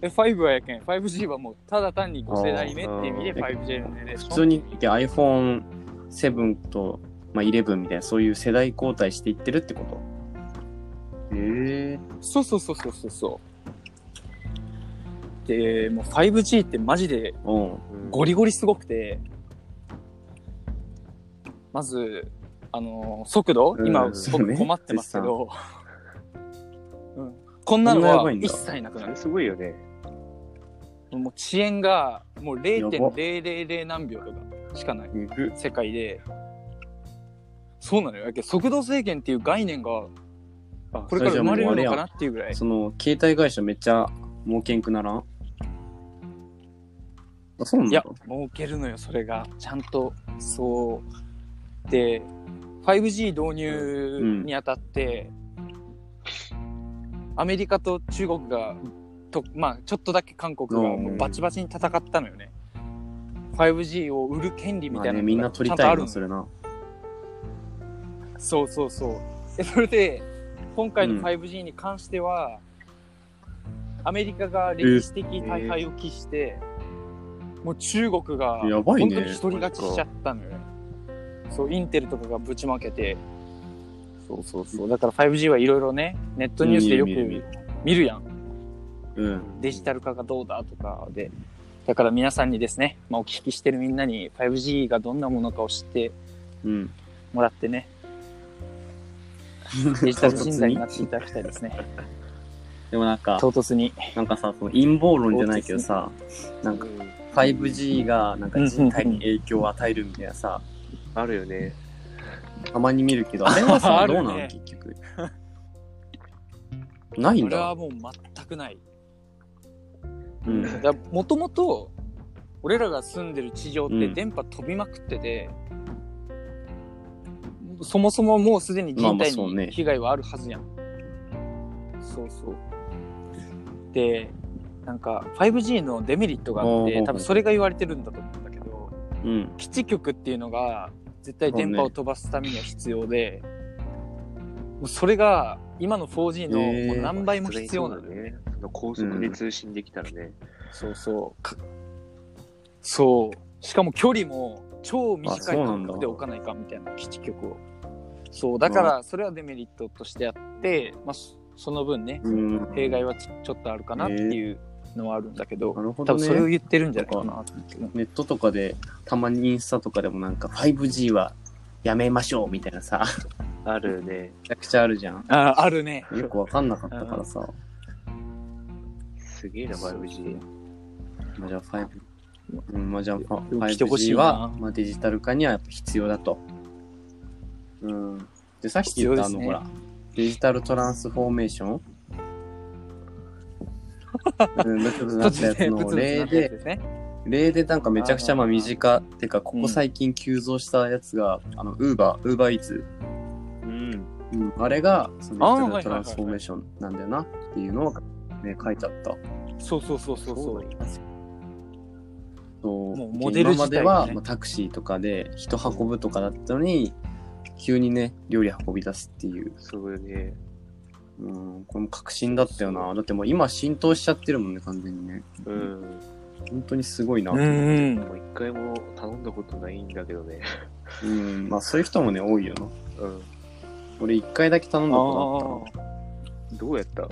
[SPEAKER 3] で、5はやけん。5G はもう、ただ単に5世代目っていう意味で
[SPEAKER 1] あ
[SPEAKER 3] 5G のジェネレーショ
[SPEAKER 1] 普
[SPEAKER 3] ン。
[SPEAKER 1] 通に iPhone7 と、まあ、11みたいな、そういう世代交代していってるってことへえ
[SPEAKER 3] そうそうそうそうそうそう。で、もう 5G ってマジで
[SPEAKER 1] うん。
[SPEAKER 3] ゴリゴリすごくて、まず、あのー速度、
[SPEAKER 1] うん
[SPEAKER 3] 今
[SPEAKER 1] そう
[SPEAKER 3] 僕
[SPEAKER 1] ね
[SPEAKER 3] 困ってますけど、 [LAUGHS] うん、こんなの
[SPEAKER 1] こんなやば
[SPEAKER 3] はい
[SPEAKER 1] んだ
[SPEAKER 3] 一切なく
[SPEAKER 2] そ
[SPEAKER 3] な
[SPEAKER 2] れ
[SPEAKER 3] る。
[SPEAKER 2] すごいよね。
[SPEAKER 3] もう遅延がもう
[SPEAKER 1] やば
[SPEAKER 3] 0.000何秒とかしかない
[SPEAKER 1] えぐ
[SPEAKER 3] 世界で、そうなのよ。だけど速度制限っていう概念が
[SPEAKER 2] あ
[SPEAKER 3] これから生まれる
[SPEAKER 1] それじ
[SPEAKER 3] の
[SPEAKER 1] ゃもう
[SPEAKER 3] か
[SPEAKER 1] あれ
[SPEAKER 3] なっていうぐらい。
[SPEAKER 1] その、携帯会社めっちゃ儲けんくならんあ、そうなん
[SPEAKER 3] いや
[SPEAKER 1] だ。、
[SPEAKER 3] 儲けるのよ、それが。ちゃんと、そう。で、5G 導入にあたって、アメリカと中国が、とまあ、ちょっとだけ韓国がもうバチバチに戦ったのよね。5G を売る権利み
[SPEAKER 1] ま
[SPEAKER 3] た
[SPEAKER 1] あ
[SPEAKER 3] いな
[SPEAKER 1] ね、
[SPEAKER 3] の
[SPEAKER 1] みんな
[SPEAKER 3] が
[SPEAKER 1] 取
[SPEAKER 3] ち
[SPEAKER 1] り
[SPEAKER 3] ゃんと
[SPEAKER 1] たい
[SPEAKER 3] ある
[SPEAKER 1] な、
[SPEAKER 3] の
[SPEAKER 1] それな。
[SPEAKER 3] そうそうそう。 [LAUGHS] でそれで、今回
[SPEAKER 1] う
[SPEAKER 3] の
[SPEAKER 1] ん
[SPEAKER 3] 5G に関しては、アメリカが歴史的大敗を喫して、もう中国が、
[SPEAKER 1] やばい
[SPEAKER 3] 本当に
[SPEAKER 1] ね
[SPEAKER 3] 一。人勝ちしちゃったのよね。そう、インテルとかがぶちまけて。そうそうそう。だから 5G はいろいろね、ネットニュースでよく
[SPEAKER 1] 見る見る
[SPEAKER 3] 見るやん。
[SPEAKER 1] うん。
[SPEAKER 3] デジタル化がどうだとかで。だから皆さんにですね、まあ、お聞きしてるみんなに 5G がどんなものかを知って
[SPEAKER 1] うん。
[SPEAKER 3] もらっ
[SPEAKER 1] [LAUGHS]
[SPEAKER 3] てね、デジタル人材になっていただきたいですね。
[SPEAKER 1] でもなんか、
[SPEAKER 3] 唐突に。
[SPEAKER 1] なんかさ、その陰謀論じゃないけどさ、なんか 5G がなんか人体に影響を与えるみたいなさ、
[SPEAKER 2] あるよね。
[SPEAKER 1] たまに見るけ
[SPEAKER 3] [LAUGHS]
[SPEAKER 1] ど、あれはさ、
[SPEAKER 3] あ
[SPEAKER 1] ど
[SPEAKER 3] る
[SPEAKER 1] うなの
[SPEAKER 3] ね
[SPEAKER 1] 結局。ないん
[SPEAKER 3] 俺は
[SPEAKER 1] だ。
[SPEAKER 3] もう全くない。
[SPEAKER 1] うん。
[SPEAKER 3] もともと、俺らが住んでる地上っ
[SPEAKER 1] う
[SPEAKER 3] て
[SPEAKER 1] ん
[SPEAKER 3] 電波飛びまくってて、そもそももうすでに人
[SPEAKER 1] まあまあ
[SPEAKER 3] 体
[SPEAKER 1] そうね
[SPEAKER 3] に被害はあるはずやん。そうそう。で、なんか 5G のデメリットがあっ
[SPEAKER 1] おうおうお
[SPEAKER 3] て、
[SPEAKER 1] う
[SPEAKER 3] 多分それが言われてるんだと思うんだけど、
[SPEAKER 1] うん。
[SPEAKER 3] 基地局っていうのが絶対電波を飛ばすためには必要で、もうそれが今の 4G の
[SPEAKER 1] へー
[SPEAKER 3] もう何倍も必要なのよ。
[SPEAKER 2] ね。その高速で通信できたらね。
[SPEAKER 3] そうそう。かそう。しかも距離も超短い
[SPEAKER 1] あそうなんだ
[SPEAKER 3] 間隔で置かないかみたいな基地局を。そう、だからそれはデメリットとしてあって、まあ、そその分ね、
[SPEAKER 1] うん。
[SPEAKER 3] 弊害はちちょっとあるかなっていうのはあるんだけど、
[SPEAKER 1] なるほど
[SPEAKER 3] 多分それを
[SPEAKER 1] ね。
[SPEAKER 3] 言ってるんじゃないかなと思うけど
[SPEAKER 1] ネットとかで、たまにインスタとかでもなん
[SPEAKER 3] [LAUGHS]
[SPEAKER 1] か 5G はやめましょうみたいなさ、
[SPEAKER 2] あるよね。
[SPEAKER 1] めちゃくちゃあるじゃん。
[SPEAKER 3] ああるね。
[SPEAKER 1] よくわかんなかったからさ。
[SPEAKER 2] すげえな、5G。
[SPEAKER 1] まあじゃあ 5G。うん、まあじゃあファ
[SPEAKER 3] 来てほしい
[SPEAKER 1] 5G
[SPEAKER 3] な
[SPEAKER 1] は、まあ、デジタル化にはやっぱ必要だと。うん。で、さっき言ったあの、
[SPEAKER 3] 必要ですね
[SPEAKER 1] ほら、デジタルトランスフォーメーシ
[SPEAKER 3] [LAUGHS]
[SPEAKER 1] ョンうん、ブツブツなったやつ
[SPEAKER 3] ブ
[SPEAKER 1] の
[SPEAKER 3] ツブツなった
[SPEAKER 1] 例
[SPEAKER 3] やつ
[SPEAKER 1] で、
[SPEAKER 3] ですね。
[SPEAKER 1] 例でなんかめちゃくちゃまあ
[SPEAKER 3] あー
[SPEAKER 1] 身近、てかここ最近急増したやつが、あの、ウーバー、ウーバーイーツ。
[SPEAKER 2] うん。
[SPEAKER 1] うん、あれが、そ
[SPEAKER 3] あー
[SPEAKER 1] のデジタルトランスフォーメーションなんだよなっていうのが、ね、書いてあった。
[SPEAKER 3] そうそうそうそうそう。
[SPEAKER 1] そう
[SPEAKER 3] もうモデル
[SPEAKER 1] 今ま
[SPEAKER 3] 自体
[SPEAKER 1] で
[SPEAKER 3] がね
[SPEAKER 1] は、まあ、タクシーとかで人運ぶとかだったのに急にね料理運び出すっていう
[SPEAKER 2] そうよね。
[SPEAKER 1] うん、これも革新だったよな。だってもう今浸透しちゃってるもんね、完全にね。
[SPEAKER 2] うん。
[SPEAKER 1] 本当にすごいな。
[SPEAKER 3] うんうん
[SPEAKER 2] もう一回も頼んだことないんだけどね。 [LAUGHS]
[SPEAKER 1] うんまあそういう人もね、多いよな。
[SPEAKER 2] うん。
[SPEAKER 1] 俺一回だけ頼んだことあったな。
[SPEAKER 2] どうやった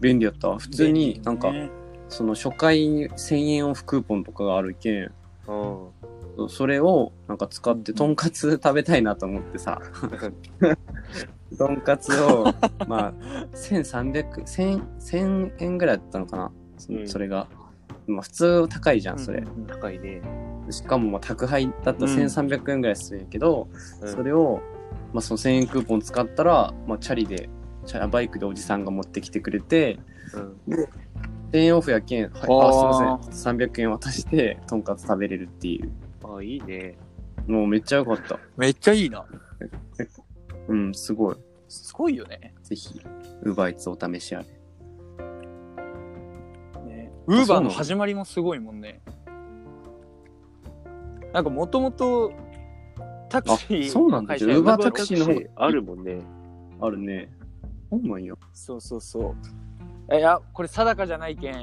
[SPEAKER 1] 便利やった。普通になんか、
[SPEAKER 3] ね
[SPEAKER 1] その初回に1000円オフクーポンとかがあるけん、
[SPEAKER 2] うん。
[SPEAKER 1] それをなんか使って、とんかつ食べたいなと思ってさ、とんかつ
[SPEAKER 3] [LAUGHS]
[SPEAKER 1] を、まあ、1300、1000 1000円ぐらいだったのかな。そ
[SPEAKER 2] うん
[SPEAKER 1] それが。まあ普通高いじゃん、それ。
[SPEAKER 3] う
[SPEAKER 2] 高いね。
[SPEAKER 1] しかもまあ宅配だったら
[SPEAKER 3] うん
[SPEAKER 1] 1300円ぐらいするんやけど、
[SPEAKER 2] うん
[SPEAKER 1] それを、まあ、その1000円クーポン使ったら、まあ、チャリでチャバイクでおじさんが持ってきてくれて
[SPEAKER 2] うん。
[SPEAKER 1] 1000円オフやけん、はい、
[SPEAKER 3] あ
[SPEAKER 1] あすいません300円渡してとんかつ食べれるっていう
[SPEAKER 2] ああ、いいね。
[SPEAKER 1] もうめっちゃ良かった
[SPEAKER 3] めっちゃいいな。
[SPEAKER 1] うんすごい
[SPEAKER 3] すごいよね。
[SPEAKER 1] ぜひウーバーイーツお試しあれ
[SPEAKER 3] ウー
[SPEAKER 1] そう
[SPEAKER 3] バー
[SPEAKER 1] なの
[SPEAKER 3] の始まりもすごいもんね。なんかもともとタクシー
[SPEAKER 1] あそうなんだ
[SPEAKER 3] 会社
[SPEAKER 1] じゃあウーバータ
[SPEAKER 3] やっ
[SPEAKER 1] クシーの方が
[SPEAKER 2] あるもんね。
[SPEAKER 1] あるねそうなんよ、
[SPEAKER 3] そうそうそう。いや、これ定かじゃないけん。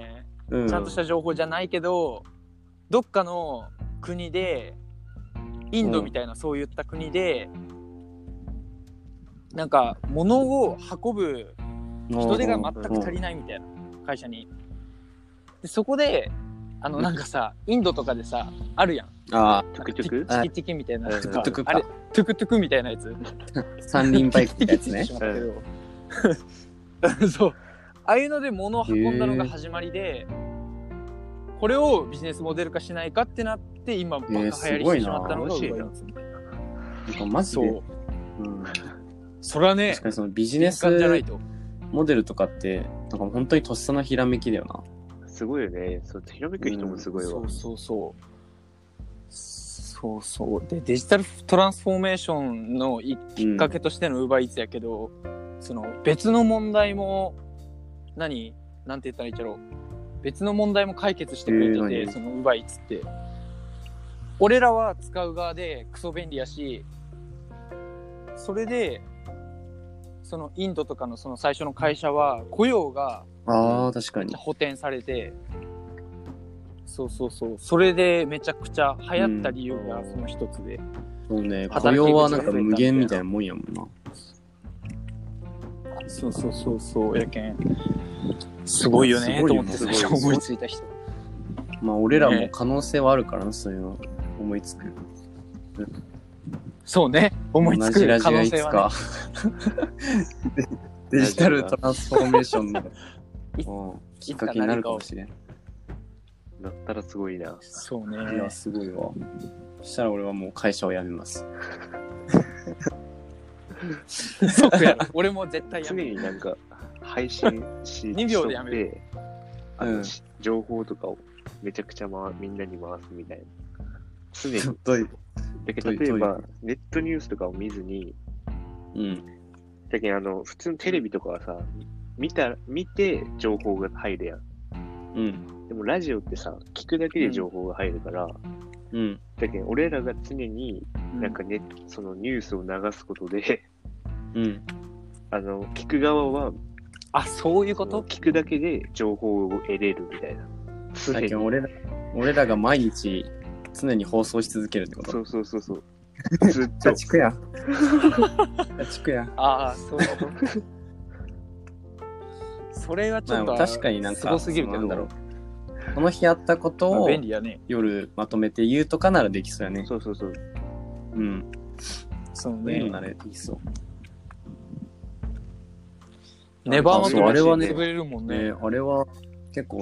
[SPEAKER 1] うん、
[SPEAKER 3] ちゃんとした情報じゃないけど、どっかの国でインドみたいなそういった国で、なんか物を運ぶ人手が全く足りないみたいな会社にでそこであのなんかさインドとかでさあるやん
[SPEAKER 1] あ
[SPEAKER 2] トゥクトゥク
[SPEAKER 1] あ
[SPEAKER 3] チキチキみたいなやつ
[SPEAKER 2] トゥク
[SPEAKER 1] トゥクか
[SPEAKER 3] あれトゥクトゥクみたいなやつ
[SPEAKER 1] ー三輪バイクみたいなやつ
[SPEAKER 3] [LAUGHS]
[SPEAKER 1] ね
[SPEAKER 3] テキテキって言ってしまったけど [LAUGHS] そうああいうので物を運んだのが始まりで、これをビジネスモデル化しないかってなって今バカ流行りしてしまったのが
[SPEAKER 2] えーすごい
[SPEAKER 3] Uber
[SPEAKER 2] な
[SPEAKER 3] Eats
[SPEAKER 1] なんかマジ
[SPEAKER 3] そ
[SPEAKER 1] で、
[SPEAKER 3] う
[SPEAKER 1] うん、
[SPEAKER 3] それはね
[SPEAKER 1] 確かにそのビジネ
[SPEAKER 3] 年
[SPEAKER 1] ス
[SPEAKER 3] 間じゃないと
[SPEAKER 1] モデルとかってなんか本当にとっさのひらめきだよな
[SPEAKER 2] すごいよね。そう、ひらめく人もすごい
[SPEAKER 3] そ
[SPEAKER 2] わ
[SPEAKER 3] う。そうそうそうそうでデジタルトランスフォーメーションの一
[SPEAKER 1] き
[SPEAKER 3] きっかけとしての UberEats やけど、その別の問題も何なんて言ったらいいんだろう別の問題も解決してくれてて、
[SPEAKER 1] えー何
[SPEAKER 3] その UberEats って俺らは使う側でクソ便利やしそれでそのインドとかのその最初の会社は雇用が
[SPEAKER 1] ああ、確かに。
[SPEAKER 3] 補填されてそうそうそうそれでめちゃくちゃ流行った理由がその一つで、
[SPEAKER 1] そうね、雇
[SPEAKER 3] 働き口
[SPEAKER 1] 用はなんか無限みたいなもんやもんな。
[SPEAKER 3] そうそうそうそうやけんすごいよね
[SPEAKER 1] すごい
[SPEAKER 3] と
[SPEAKER 1] よ
[SPEAKER 3] 思っ
[SPEAKER 1] ね
[SPEAKER 3] て最初思いついた人
[SPEAKER 1] まあ、俺らも可能性はあるからな、そういうの思いつく。
[SPEAKER 3] そうね思いつ
[SPEAKER 1] 同じ
[SPEAKER 3] く
[SPEAKER 1] ラジ
[SPEAKER 3] 可
[SPEAKER 1] オ
[SPEAKER 3] 能
[SPEAKER 1] い
[SPEAKER 3] 性
[SPEAKER 1] つ
[SPEAKER 3] は、
[SPEAKER 1] か。 [LAUGHS] デジタルトランスフォーメーションの
[SPEAKER 3] いつ
[SPEAKER 1] うんきっかけになるかもしれん。い
[SPEAKER 2] だったらすごいな。
[SPEAKER 3] ね、そうね
[SPEAKER 1] や、すごいわ。そしたら俺はもう会社を辞めます。
[SPEAKER 3] そうやろ俺も絶対や
[SPEAKER 2] 常
[SPEAKER 3] める
[SPEAKER 2] になん
[SPEAKER 3] [LAUGHS]
[SPEAKER 2] か、配信し、
[SPEAKER 3] 2秒でやめ
[SPEAKER 2] る。あの
[SPEAKER 1] うん
[SPEAKER 2] し情報とかをめちゃくちゃ、ま、みんなに回すみたいな。常に。
[SPEAKER 1] どういう
[SPEAKER 2] だけ
[SPEAKER 1] どう
[SPEAKER 2] ど
[SPEAKER 1] いう
[SPEAKER 2] 例えば
[SPEAKER 1] ど、
[SPEAKER 2] ネットニュースとかを見ずに、
[SPEAKER 1] うん。
[SPEAKER 2] だけどあの、普通のテレビとかはさ、見た、見て情報が入るやん。
[SPEAKER 1] うん。
[SPEAKER 2] でもラジオってさ、聞くだけで情報が入るから、
[SPEAKER 1] うん。
[SPEAKER 2] だけど俺らが常になんかね、そのニュースを流すことで、 [LAUGHS]
[SPEAKER 1] うん。
[SPEAKER 2] あの、聞く側は、
[SPEAKER 3] あそういうこ
[SPEAKER 2] その
[SPEAKER 3] と
[SPEAKER 2] 聞くだけで情報を得れるみたいな。常
[SPEAKER 1] だけ
[SPEAKER 2] に
[SPEAKER 1] ど俺ら、俺らが毎日常に放送し続けるってこ
[SPEAKER 2] そ
[SPEAKER 1] と
[SPEAKER 2] うそうそうそう。ずっと
[SPEAKER 1] 社。畜や。社畜
[SPEAKER 3] [LAUGHS]
[SPEAKER 1] や。
[SPEAKER 3] ああそういうことそれはちょっと、
[SPEAKER 1] まあ確かになんか
[SPEAKER 3] すごすぎるけ
[SPEAKER 1] そ
[SPEAKER 3] ど
[SPEAKER 1] のなんだろこの日あったこと
[SPEAKER 3] まあ
[SPEAKER 1] を
[SPEAKER 3] 便利やね
[SPEAKER 1] 夜まとめて言うとかならできそうやね。
[SPEAKER 2] そうそうそう。
[SPEAKER 1] うん。
[SPEAKER 3] そ
[SPEAKER 1] そ
[SPEAKER 3] う
[SPEAKER 1] ういう
[SPEAKER 3] ね
[SPEAKER 1] のならできそう。
[SPEAKER 3] ネバーマン
[SPEAKER 1] そうあれはね
[SPEAKER 3] 潰れるもんね
[SPEAKER 1] ね、あれは結構お,、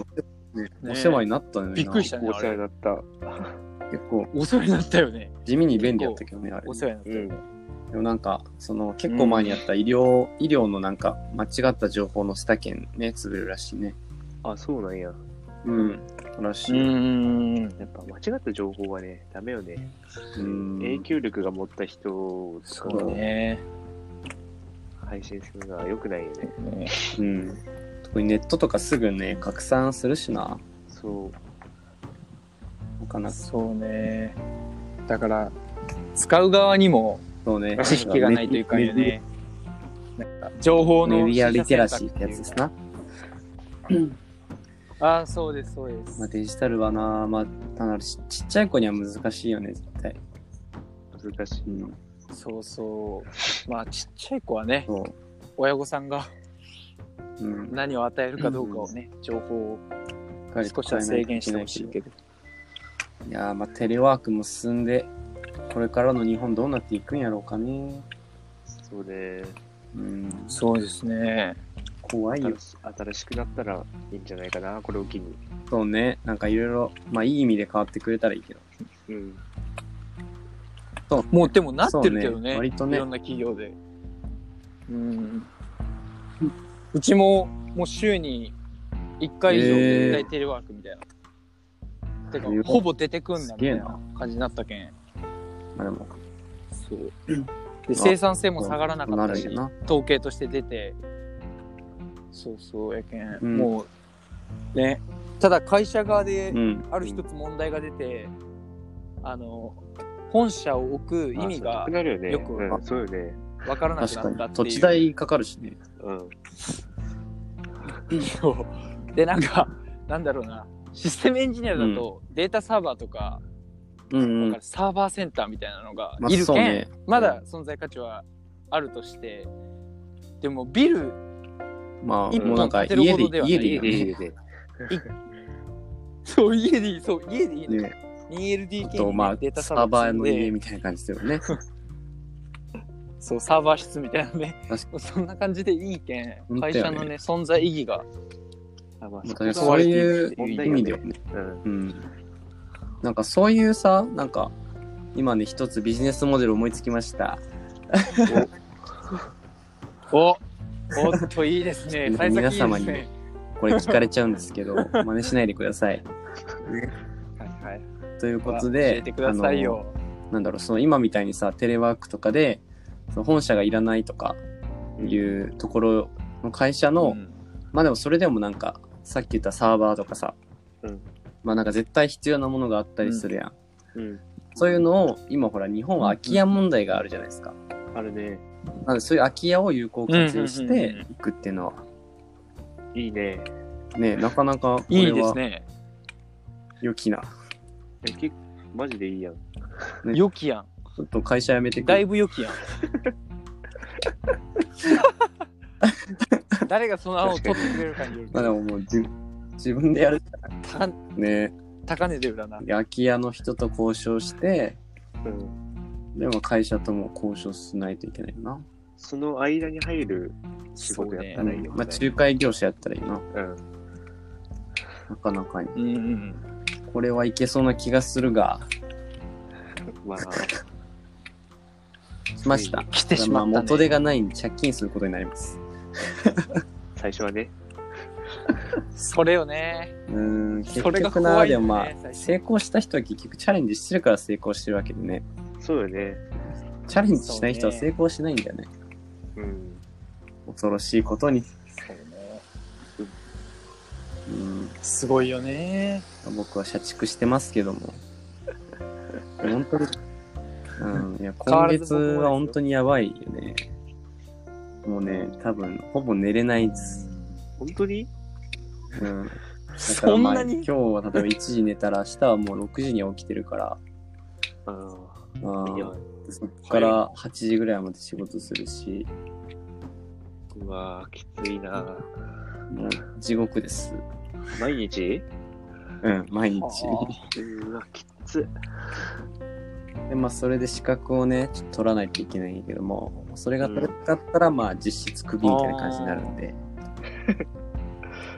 [SPEAKER 1] ね
[SPEAKER 3] ね
[SPEAKER 1] お世話になったね。
[SPEAKER 3] びっくりしたね
[SPEAKER 2] お
[SPEAKER 3] あ
[SPEAKER 2] 世話
[SPEAKER 3] れ
[SPEAKER 2] になった。
[SPEAKER 1] なんか結構
[SPEAKER 3] お世話になったよね
[SPEAKER 1] 地味に便利やったけどね、あれ。
[SPEAKER 3] お世話になったよね、
[SPEAKER 1] でもなんか、その結構前にやった医療、医療のなんか間違った情報の下件ね、潰れるらしいね。
[SPEAKER 2] あ、そうなんや。
[SPEAKER 1] うん。らし
[SPEAKER 3] う
[SPEAKER 1] い。
[SPEAKER 3] ーん
[SPEAKER 2] やっぱ間違った情報はね、ダメよね。
[SPEAKER 1] うん。
[SPEAKER 2] 影響力が持った人を
[SPEAKER 3] そ
[SPEAKER 2] 使
[SPEAKER 3] うね
[SPEAKER 2] 配信するのは良くないよね。
[SPEAKER 3] ね
[SPEAKER 1] うん。特にネットとかすぐね、拡散するしな。
[SPEAKER 2] そう。
[SPEAKER 1] なかなか。
[SPEAKER 3] そうねだから使う側にも
[SPEAKER 1] そうね。 [LAUGHS]
[SPEAKER 3] 知識がないというかね
[SPEAKER 1] ね
[SPEAKER 3] なんか情報
[SPEAKER 1] メ
[SPEAKER 3] の
[SPEAKER 1] ディア
[SPEAKER 3] 取
[SPEAKER 1] リテ
[SPEAKER 3] 捨
[SPEAKER 1] ラ
[SPEAKER 3] 選
[SPEAKER 1] シ
[SPEAKER 3] 択
[SPEAKER 1] ーってて
[SPEAKER 3] っいう
[SPEAKER 1] やつですな。
[SPEAKER 3] ああ、そうです、そうです。
[SPEAKER 1] まあ、デジタルはな、まあ、ただちちっちゃい子には難しいよね、絶対。
[SPEAKER 2] 難しい。
[SPEAKER 1] うん。
[SPEAKER 3] そうそう。まあ、ちっちゃい子はね、
[SPEAKER 1] そ
[SPEAKER 3] 親御さんが
[SPEAKER 1] う。うん。
[SPEAKER 3] 何を与えるかどうかをね、情報を
[SPEAKER 1] しっかり
[SPEAKER 3] 少し
[SPEAKER 1] 伝
[SPEAKER 3] は
[SPEAKER 1] え
[SPEAKER 3] 制
[SPEAKER 1] ない
[SPEAKER 3] 限
[SPEAKER 1] と
[SPEAKER 3] し
[SPEAKER 1] いけ
[SPEAKER 3] て
[SPEAKER 1] な
[SPEAKER 3] ほ
[SPEAKER 1] い
[SPEAKER 3] し
[SPEAKER 1] し
[SPEAKER 3] いけど。
[SPEAKER 1] いやーまあテレワークも進んで、これからの日本どうなっていくんやろうかね。
[SPEAKER 2] そうね。
[SPEAKER 1] うん。
[SPEAKER 3] そうですね。
[SPEAKER 1] 怖いよ
[SPEAKER 2] 新。し新しくなったらいいんじゃないかな、これを機に。
[SPEAKER 1] そうね。なんかいろいろ、まあいい意味で変わってくれたらいいけど。
[SPEAKER 2] うん。
[SPEAKER 3] もうでもなってるけど
[SPEAKER 1] そう
[SPEAKER 3] ね、
[SPEAKER 1] ね割とね
[SPEAKER 3] いろんな企業で。うん。うちも、もう週に1回以上、
[SPEAKER 1] へー
[SPEAKER 3] 絶対テレワークみたいな。てか
[SPEAKER 1] へー、
[SPEAKER 3] ほぼ出てくん
[SPEAKER 1] す
[SPEAKER 3] なみ
[SPEAKER 1] げ
[SPEAKER 3] た
[SPEAKER 1] え
[SPEAKER 3] い
[SPEAKER 1] な
[SPEAKER 3] な感じになったけん。
[SPEAKER 1] まあでも、
[SPEAKER 3] そう。で、生産性も下がらなかったし
[SPEAKER 1] そう、なるよ
[SPEAKER 3] 統計として出て、そうそうやけん、
[SPEAKER 1] うん
[SPEAKER 3] もう、ね、ただ会社側で
[SPEAKER 1] な。うん。
[SPEAKER 3] ある一つ問題が出て、あの、本社を置く意味
[SPEAKER 2] まあそうな
[SPEAKER 3] が
[SPEAKER 2] くなるよね。
[SPEAKER 3] よく
[SPEAKER 2] うん、そうよね。
[SPEAKER 3] わからなく
[SPEAKER 1] 確
[SPEAKER 3] なった
[SPEAKER 1] か
[SPEAKER 3] っ
[SPEAKER 1] に。
[SPEAKER 3] て
[SPEAKER 1] 土
[SPEAKER 3] い
[SPEAKER 1] 地
[SPEAKER 3] う。
[SPEAKER 1] 代かかるしね。
[SPEAKER 2] うん。
[SPEAKER 3] そうで、なんか、なんだろうな、システムエンジニアだとデータサーバーとか、
[SPEAKER 1] うんうん
[SPEAKER 3] だから。サーバーセンターみたいなのが
[SPEAKER 1] まあ
[SPEAKER 3] いるけ
[SPEAKER 1] そ
[SPEAKER 3] ん、
[SPEAKER 1] うね。
[SPEAKER 3] まだ存在価値はあるとして、でもビル
[SPEAKER 1] まあ
[SPEAKER 3] 一
[SPEAKER 1] も
[SPEAKER 3] 本
[SPEAKER 1] うなんか
[SPEAKER 3] 建てる
[SPEAKER 1] 家
[SPEAKER 3] ほ
[SPEAKER 1] で
[SPEAKER 3] どではない
[SPEAKER 1] 家でいい
[SPEAKER 2] 家
[SPEAKER 1] よね。
[SPEAKER 2] でいいよね。
[SPEAKER 3] そう、家でいい、そう、家でいいの。
[SPEAKER 1] ね
[SPEAKER 3] 2LDK
[SPEAKER 1] あ
[SPEAKER 3] にね、
[SPEAKER 1] とま
[SPEAKER 3] デー
[SPEAKER 1] あ
[SPEAKER 3] タ
[SPEAKER 1] サ
[SPEAKER 3] サ
[SPEAKER 1] ー
[SPEAKER 3] ーバ
[SPEAKER 1] バー
[SPEAKER 3] ー
[SPEAKER 1] の
[SPEAKER 3] の家
[SPEAKER 1] 家みたいな感じだよ
[SPEAKER 3] [LAUGHS]
[SPEAKER 1] ね。
[SPEAKER 3] そう、サーバー室みたいなね
[SPEAKER 1] 確。
[SPEAKER 3] そんな感じでいいけん、
[SPEAKER 1] 本当
[SPEAKER 3] 会
[SPEAKER 1] やね
[SPEAKER 3] 社のね、存在意義が
[SPEAKER 2] あ、まあ、
[SPEAKER 1] なん
[SPEAKER 2] そ
[SPEAKER 1] か
[SPEAKER 2] こ
[SPEAKER 1] ね
[SPEAKER 2] が
[SPEAKER 1] そう
[SPEAKER 2] 悪い
[SPEAKER 1] いう
[SPEAKER 2] 問
[SPEAKER 1] 意
[SPEAKER 2] 題よ
[SPEAKER 1] 味
[SPEAKER 2] ね
[SPEAKER 1] だよね。
[SPEAKER 2] うん。
[SPEAKER 1] うん。なんかそういうさ、なんか今ね一つビジネスモデル思いつきました。
[SPEAKER 3] おおっと、いいですね。
[SPEAKER 1] 皆
[SPEAKER 3] 幸先いいですね。
[SPEAKER 1] 様にこれ聞かれちゃうんです
[SPEAKER 3] [LAUGHS]
[SPEAKER 1] けど、真似しないでください。
[SPEAKER 3] はいはい。
[SPEAKER 1] ということ
[SPEAKER 3] 教
[SPEAKER 1] で
[SPEAKER 3] え、てくださいよ。
[SPEAKER 1] あのなんだろう、その今みたいにさ、テレワークとかで、その本社がいらないとかいうところの会社の、
[SPEAKER 3] うん
[SPEAKER 1] まあでもそれでもなんか、さっき言ったサーバーとかさ、
[SPEAKER 2] うん
[SPEAKER 1] まあなんか絶対必要なものがあったりするやん。
[SPEAKER 2] うん。
[SPEAKER 1] そういうのを、今ほら、日本は空き家問題があるじゃないですか。
[SPEAKER 2] あるね。
[SPEAKER 1] なのでそういう空き家を有効活用し
[SPEAKER 3] うんうんうん
[SPEAKER 1] て
[SPEAKER 3] うん
[SPEAKER 1] いくっていうのは、
[SPEAKER 2] いいね。
[SPEAKER 1] ね、なかなかこ
[SPEAKER 3] い
[SPEAKER 1] れ
[SPEAKER 3] いです
[SPEAKER 1] は
[SPEAKER 3] ね。
[SPEAKER 1] 良きな。
[SPEAKER 2] え結構マジでいいやん。
[SPEAKER 1] ね
[SPEAKER 3] 良きや
[SPEAKER 1] ちょっと会社辞めて
[SPEAKER 3] ん。
[SPEAKER 1] く
[SPEAKER 3] だ
[SPEAKER 1] る
[SPEAKER 3] いぶ良
[SPEAKER 1] [LAUGHS]
[SPEAKER 3] きやん。誰がその案を取ってくれるかによるけ
[SPEAKER 1] まあで
[SPEAKER 3] ど。
[SPEAKER 1] ももう自自分でやる
[SPEAKER 3] た
[SPEAKER 1] ね。
[SPEAKER 3] 高値で売らな。
[SPEAKER 1] で空き家の人と交渉して、
[SPEAKER 2] うん。
[SPEAKER 1] でも会社とも交渉しないといけないよな。
[SPEAKER 2] その間に入る仕事やったらいいよ。
[SPEAKER 1] まあ仲介業者やったらいいな。
[SPEAKER 2] うん。
[SPEAKER 1] なかなかに。
[SPEAKER 3] うんうん。
[SPEAKER 1] これはいけそうな気がするが、
[SPEAKER 2] ま [LAUGHS] あ、
[SPEAKER 1] しました。
[SPEAKER 3] 来てしま
[SPEAKER 1] まあ
[SPEAKER 3] った、ね。
[SPEAKER 1] 元手がないんで借金することになります。
[SPEAKER 2] 最初はね。
[SPEAKER 3] それよね。
[SPEAKER 1] うーん、結
[SPEAKER 3] それが
[SPEAKER 1] 局
[SPEAKER 3] 怖
[SPEAKER 1] な、
[SPEAKER 3] い
[SPEAKER 1] で
[SPEAKER 3] よね
[SPEAKER 1] もまあ
[SPEAKER 3] 最、初
[SPEAKER 1] 成功した人は結局チャレンジしてるから成功してるわけでね。
[SPEAKER 2] そうよね。
[SPEAKER 1] チャレンジしない人は成功しないんだよね。
[SPEAKER 2] うん。
[SPEAKER 1] 恐ろしいことに。
[SPEAKER 3] そうね。
[SPEAKER 1] うん、
[SPEAKER 3] すごいよね。
[SPEAKER 1] 僕は社畜してますけども。本当に。うん、いや、
[SPEAKER 3] 変わ
[SPEAKER 1] 今月
[SPEAKER 3] らず僕もですよ
[SPEAKER 1] は本当にやばいよね。もうね、多分、ほぼ寝れないです。
[SPEAKER 2] 本当に
[SPEAKER 1] うん。だから
[SPEAKER 3] そん
[SPEAKER 1] まあ
[SPEAKER 3] な
[SPEAKER 1] 今
[SPEAKER 3] に
[SPEAKER 1] 日は例えば1時寝たら明日はもう6時に起きてるから、
[SPEAKER 2] ああ、
[SPEAKER 1] うん
[SPEAKER 2] いや、
[SPEAKER 1] そっから8時ぐらいまで仕事するし、
[SPEAKER 2] うわあ、きついな。
[SPEAKER 1] もう地獄です。
[SPEAKER 2] 毎日
[SPEAKER 1] うん、毎日。
[SPEAKER 2] うわ、きつ。
[SPEAKER 1] [LAUGHS] で、まあそれで資格をね、ちょっと取らないといけないんやけども、それが取れなかったら、まあ実質クビみたいな感じになるん [LAUGHS] で、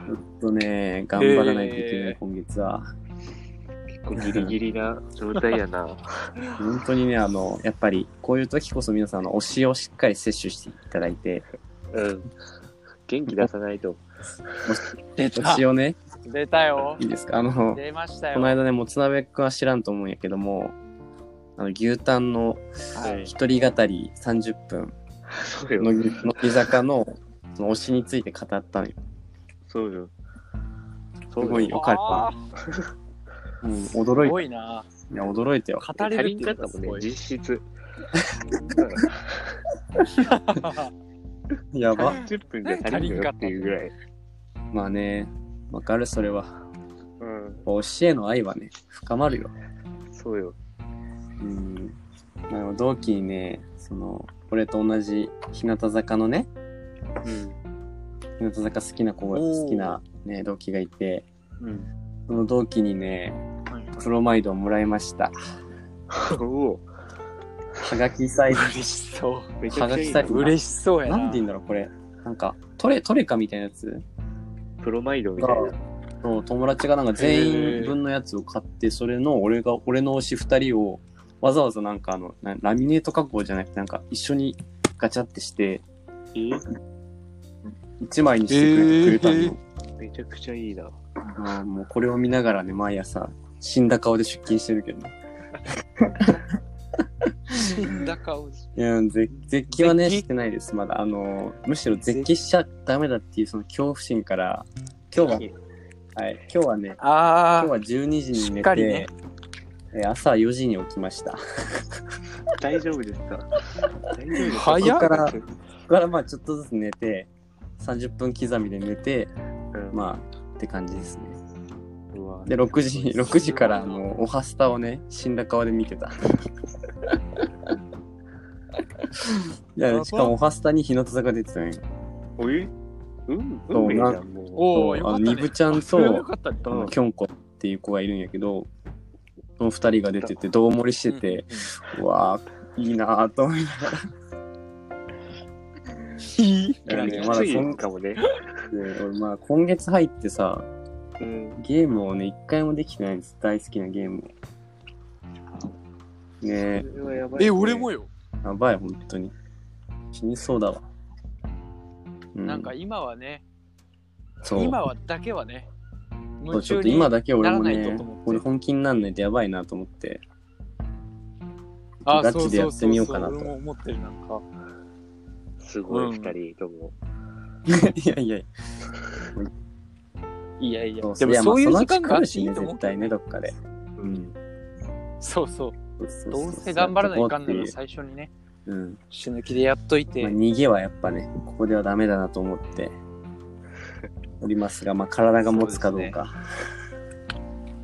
[SPEAKER 1] ずっとね、頑張らないといけない、
[SPEAKER 3] へー
[SPEAKER 1] 今月は。
[SPEAKER 2] 結構ギリギリな状態や [LAUGHS] な。
[SPEAKER 1] 本当にね、あの、やっぱりこういう時こそ皆さんあの推しをしっかり摂取していただいて、
[SPEAKER 2] うん。元気出さないと。
[SPEAKER 3] 出
[SPEAKER 1] 推
[SPEAKER 3] た
[SPEAKER 1] し。をね、
[SPEAKER 3] 出たよ
[SPEAKER 1] い。いですかあの、
[SPEAKER 3] 出ましたよ。
[SPEAKER 1] この間ね、もつ鍋くんは知らんと思うんやけども、あの牛タンの
[SPEAKER 3] はい
[SPEAKER 1] 一人語り30分、
[SPEAKER 2] そうよ。
[SPEAKER 1] 乃木乃木坂のその推しについて語ったのよ。
[SPEAKER 2] そうよ。
[SPEAKER 1] すごいよ、彼は
[SPEAKER 3] あ。
[SPEAKER 1] うん、
[SPEAKER 3] ー
[SPEAKER 1] 驚
[SPEAKER 3] す
[SPEAKER 1] い
[SPEAKER 3] ご
[SPEAKER 1] た。い
[SPEAKER 3] いな。
[SPEAKER 1] や、驚いたよ。
[SPEAKER 3] 語
[SPEAKER 2] 足
[SPEAKER 3] れる
[SPEAKER 2] り
[SPEAKER 3] っ
[SPEAKER 2] ん
[SPEAKER 3] て
[SPEAKER 2] か
[SPEAKER 3] い
[SPEAKER 2] [LAUGHS] っ
[SPEAKER 3] う
[SPEAKER 2] た
[SPEAKER 3] のが
[SPEAKER 2] も
[SPEAKER 3] す
[SPEAKER 2] んね
[SPEAKER 3] ご、い。
[SPEAKER 2] 実質。
[SPEAKER 1] やば。
[SPEAKER 2] 10分じゃ足りんよっていうぐらい。
[SPEAKER 1] まあね、わかる、それは。
[SPEAKER 2] う
[SPEAKER 1] 教
[SPEAKER 2] ん、
[SPEAKER 1] えの愛はね、深まるよ。
[SPEAKER 2] そうよ。
[SPEAKER 1] うん。まあでも同期にね、その、俺と同じ日向坂のね、
[SPEAKER 2] うん。
[SPEAKER 1] 日向坂好きな子が、
[SPEAKER 3] おー
[SPEAKER 1] 好きな、ね、同期がいて、
[SPEAKER 2] うん。
[SPEAKER 1] その同期にね、
[SPEAKER 2] はい
[SPEAKER 1] プロマイドをもらいました。
[SPEAKER 2] [LAUGHS] おお、
[SPEAKER 1] はがきサイズ。
[SPEAKER 3] 嬉しそう。
[SPEAKER 2] めちゃくちゃい
[SPEAKER 1] は
[SPEAKER 2] い
[SPEAKER 1] がき
[SPEAKER 2] な。
[SPEAKER 1] さ
[SPEAKER 3] 嬉しそうや
[SPEAKER 1] な
[SPEAKER 3] な。
[SPEAKER 1] んて言うんだろう、これ。なんか、トレ、トレカみたいなやつ
[SPEAKER 2] プロマイドみたいな。
[SPEAKER 1] そう友達がなんか全員分のやつを買って、それの俺が、俺の推し2人を、わざわざなんかあの、なラミネート加工じゃなくて、なんか一緒にガチャってして、
[SPEAKER 2] え
[SPEAKER 1] 1枚にしてくれ,、
[SPEAKER 3] へー
[SPEAKER 1] くれたの。
[SPEAKER 2] めちゃくちゃいいな。
[SPEAKER 1] あーもうこれを見ながらね、毎朝、死んだ顔で出勤してるけどね。
[SPEAKER 3] 死んだ顔。
[SPEAKER 1] いや、絶絶起はね、
[SPEAKER 3] 絶起
[SPEAKER 1] してないです、まだ。あの、むしろ絶起しちゃダメだっていう、その恐怖心から、今日は、はい、今日はね、
[SPEAKER 3] あ
[SPEAKER 1] 今日
[SPEAKER 3] あ、
[SPEAKER 1] は12時に
[SPEAKER 3] しっ
[SPEAKER 1] 寝
[SPEAKER 3] か
[SPEAKER 1] て、
[SPEAKER 3] りね
[SPEAKER 1] えー朝4時に起きました。
[SPEAKER 2] 大丈夫ですか大丈夫ですか
[SPEAKER 3] 早
[SPEAKER 2] こ
[SPEAKER 3] っ
[SPEAKER 2] こから
[SPEAKER 1] そこからまあちょっとずつ寝て、30分刻みで寝て、
[SPEAKER 2] うん
[SPEAKER 1] まあって感じですね。
[SPEAKER 2] うわ
[SPEAKER 1] で、6時、6時からあの、おはスタをね、死んだ顔で見てた。い
[SPEAKER 3] や
[SPEAKER 1] や
[SPEAKER 3] ば
[SPEAKER 1] しかも、おはスタに日向坂出てたね。
[SPEAKER 2] おいうん、
[SPEAKER 1] そう
[SPEAKER 2] 運命じゃん、も。
[SPEAKER 3] お
[SPEAKER 1] そ
[SPEAKER 3] お、
[SPEAKER 1] う
[SPEAKER 3] よか
[SPEAKER 1] あの、
[SPEAKER 3] った、ね。
[SPEAKER 1] にぶちゃん
[SPEAKER 3] それは
[SPEAKER 1] と
[SPEAKER 3] よ、かったね。
[SPEAKER 1] あのきょんこっていう子がいるんやけど、その2人が出てて、どう盛りしてて、うわー、いいなぁと思いながら。
[SPEAKER 3] いいう
[SPEAKER 1] いや
[SPEAKER 2] い
[SPEAKER 1] ね
[SPEAKER 2] や、
[SPEAKER 1] ま
[SPEAKER 2] ま
[SPEAKER 1] だ
[SPEAKER 2] だ
[SPEAKER 1] そ
[SPEAKER 2] そ
[SPEAKER 1] ん
[SPEAKER 2] んかもね。
[SPEAKER 1] で俺まあ今月入ってさ、
[SPEAKER 2] うん。
[SPEAKER 1] ゲームをね、一回もできてないんです。大好きなゲームを。ねえ、
[SPEAKER 2] それはやばいね
[SPEAKER 3] え、俺もよ。
[SPEAKER 1] やばい、本当に。死にそうだわ。う
[SPEAKER 3] なんか、今はね、
[SPEAKER 1] そう
[SPEAKER 3] 今はだけはね、
[SPEAKER 1] そう
[SPEAKER 3] 夢
[SPEAKER 1] ちょ
[SPEAKER 3] 中
[SPEAKER 1] っと今
[SPEAKER 3] に。
[SPEAKER 1] だけ俺も
[SPEAKER 3] ならない
[SPEAKER 1] ね
[SPEAKER 3] とと思って、
[SPEAKER 1] 俺本気になんないとやばいなと思って。
[SPEAKER 3] あ
[SPEAKER 1] ガチでやってみようかなと
[SPEAKER 3] そそそ俺も思ってるなんか。
[SPEAKER 2] すご
[SPEAKER 3] うん
[SPEAKER 2] い、二人とも。
[SPEAKER 1] いやいや、
[SPEAKER 3] いやいや、
[SPEAKER 1] そう
[SPEAKER 3] でも
[SPEAKER 1] いやまあ
[SPEAKER 3] そういう
[SPEAKER 1] の
[SPEAKER 3] 時
[SPEAKER 1] うち
[SPEAKER 3] 間が
[SPEAKER 1] 来る
[SPEAKER 3] あって
[SPEAKER 1] し
[SPEAKER 3] いい
[SPEAKER 1] ね、
[SPEAKER 3] と思う
[SPEAKER 1] 絶。対ね、どっかで。うん。
[SPEAKER 3] そうそ
[SPEAKER 1] そ
[SPEAKER 3] う。
[SPEAKER 1] うそ
[SPEAKER 3] どうせ頑張らないかんなら
[SPEAKER 1] そう
[SPEAKER 3] 最初にね、
[SPEAKER 1] いううん。
[SPEAKER 3] 死ぬ気でやっといて
[SPEAKER 1] まあ、。逃げはやっぱね、ここではダメだなと思っておりますが、まあ、体が持つかどうか。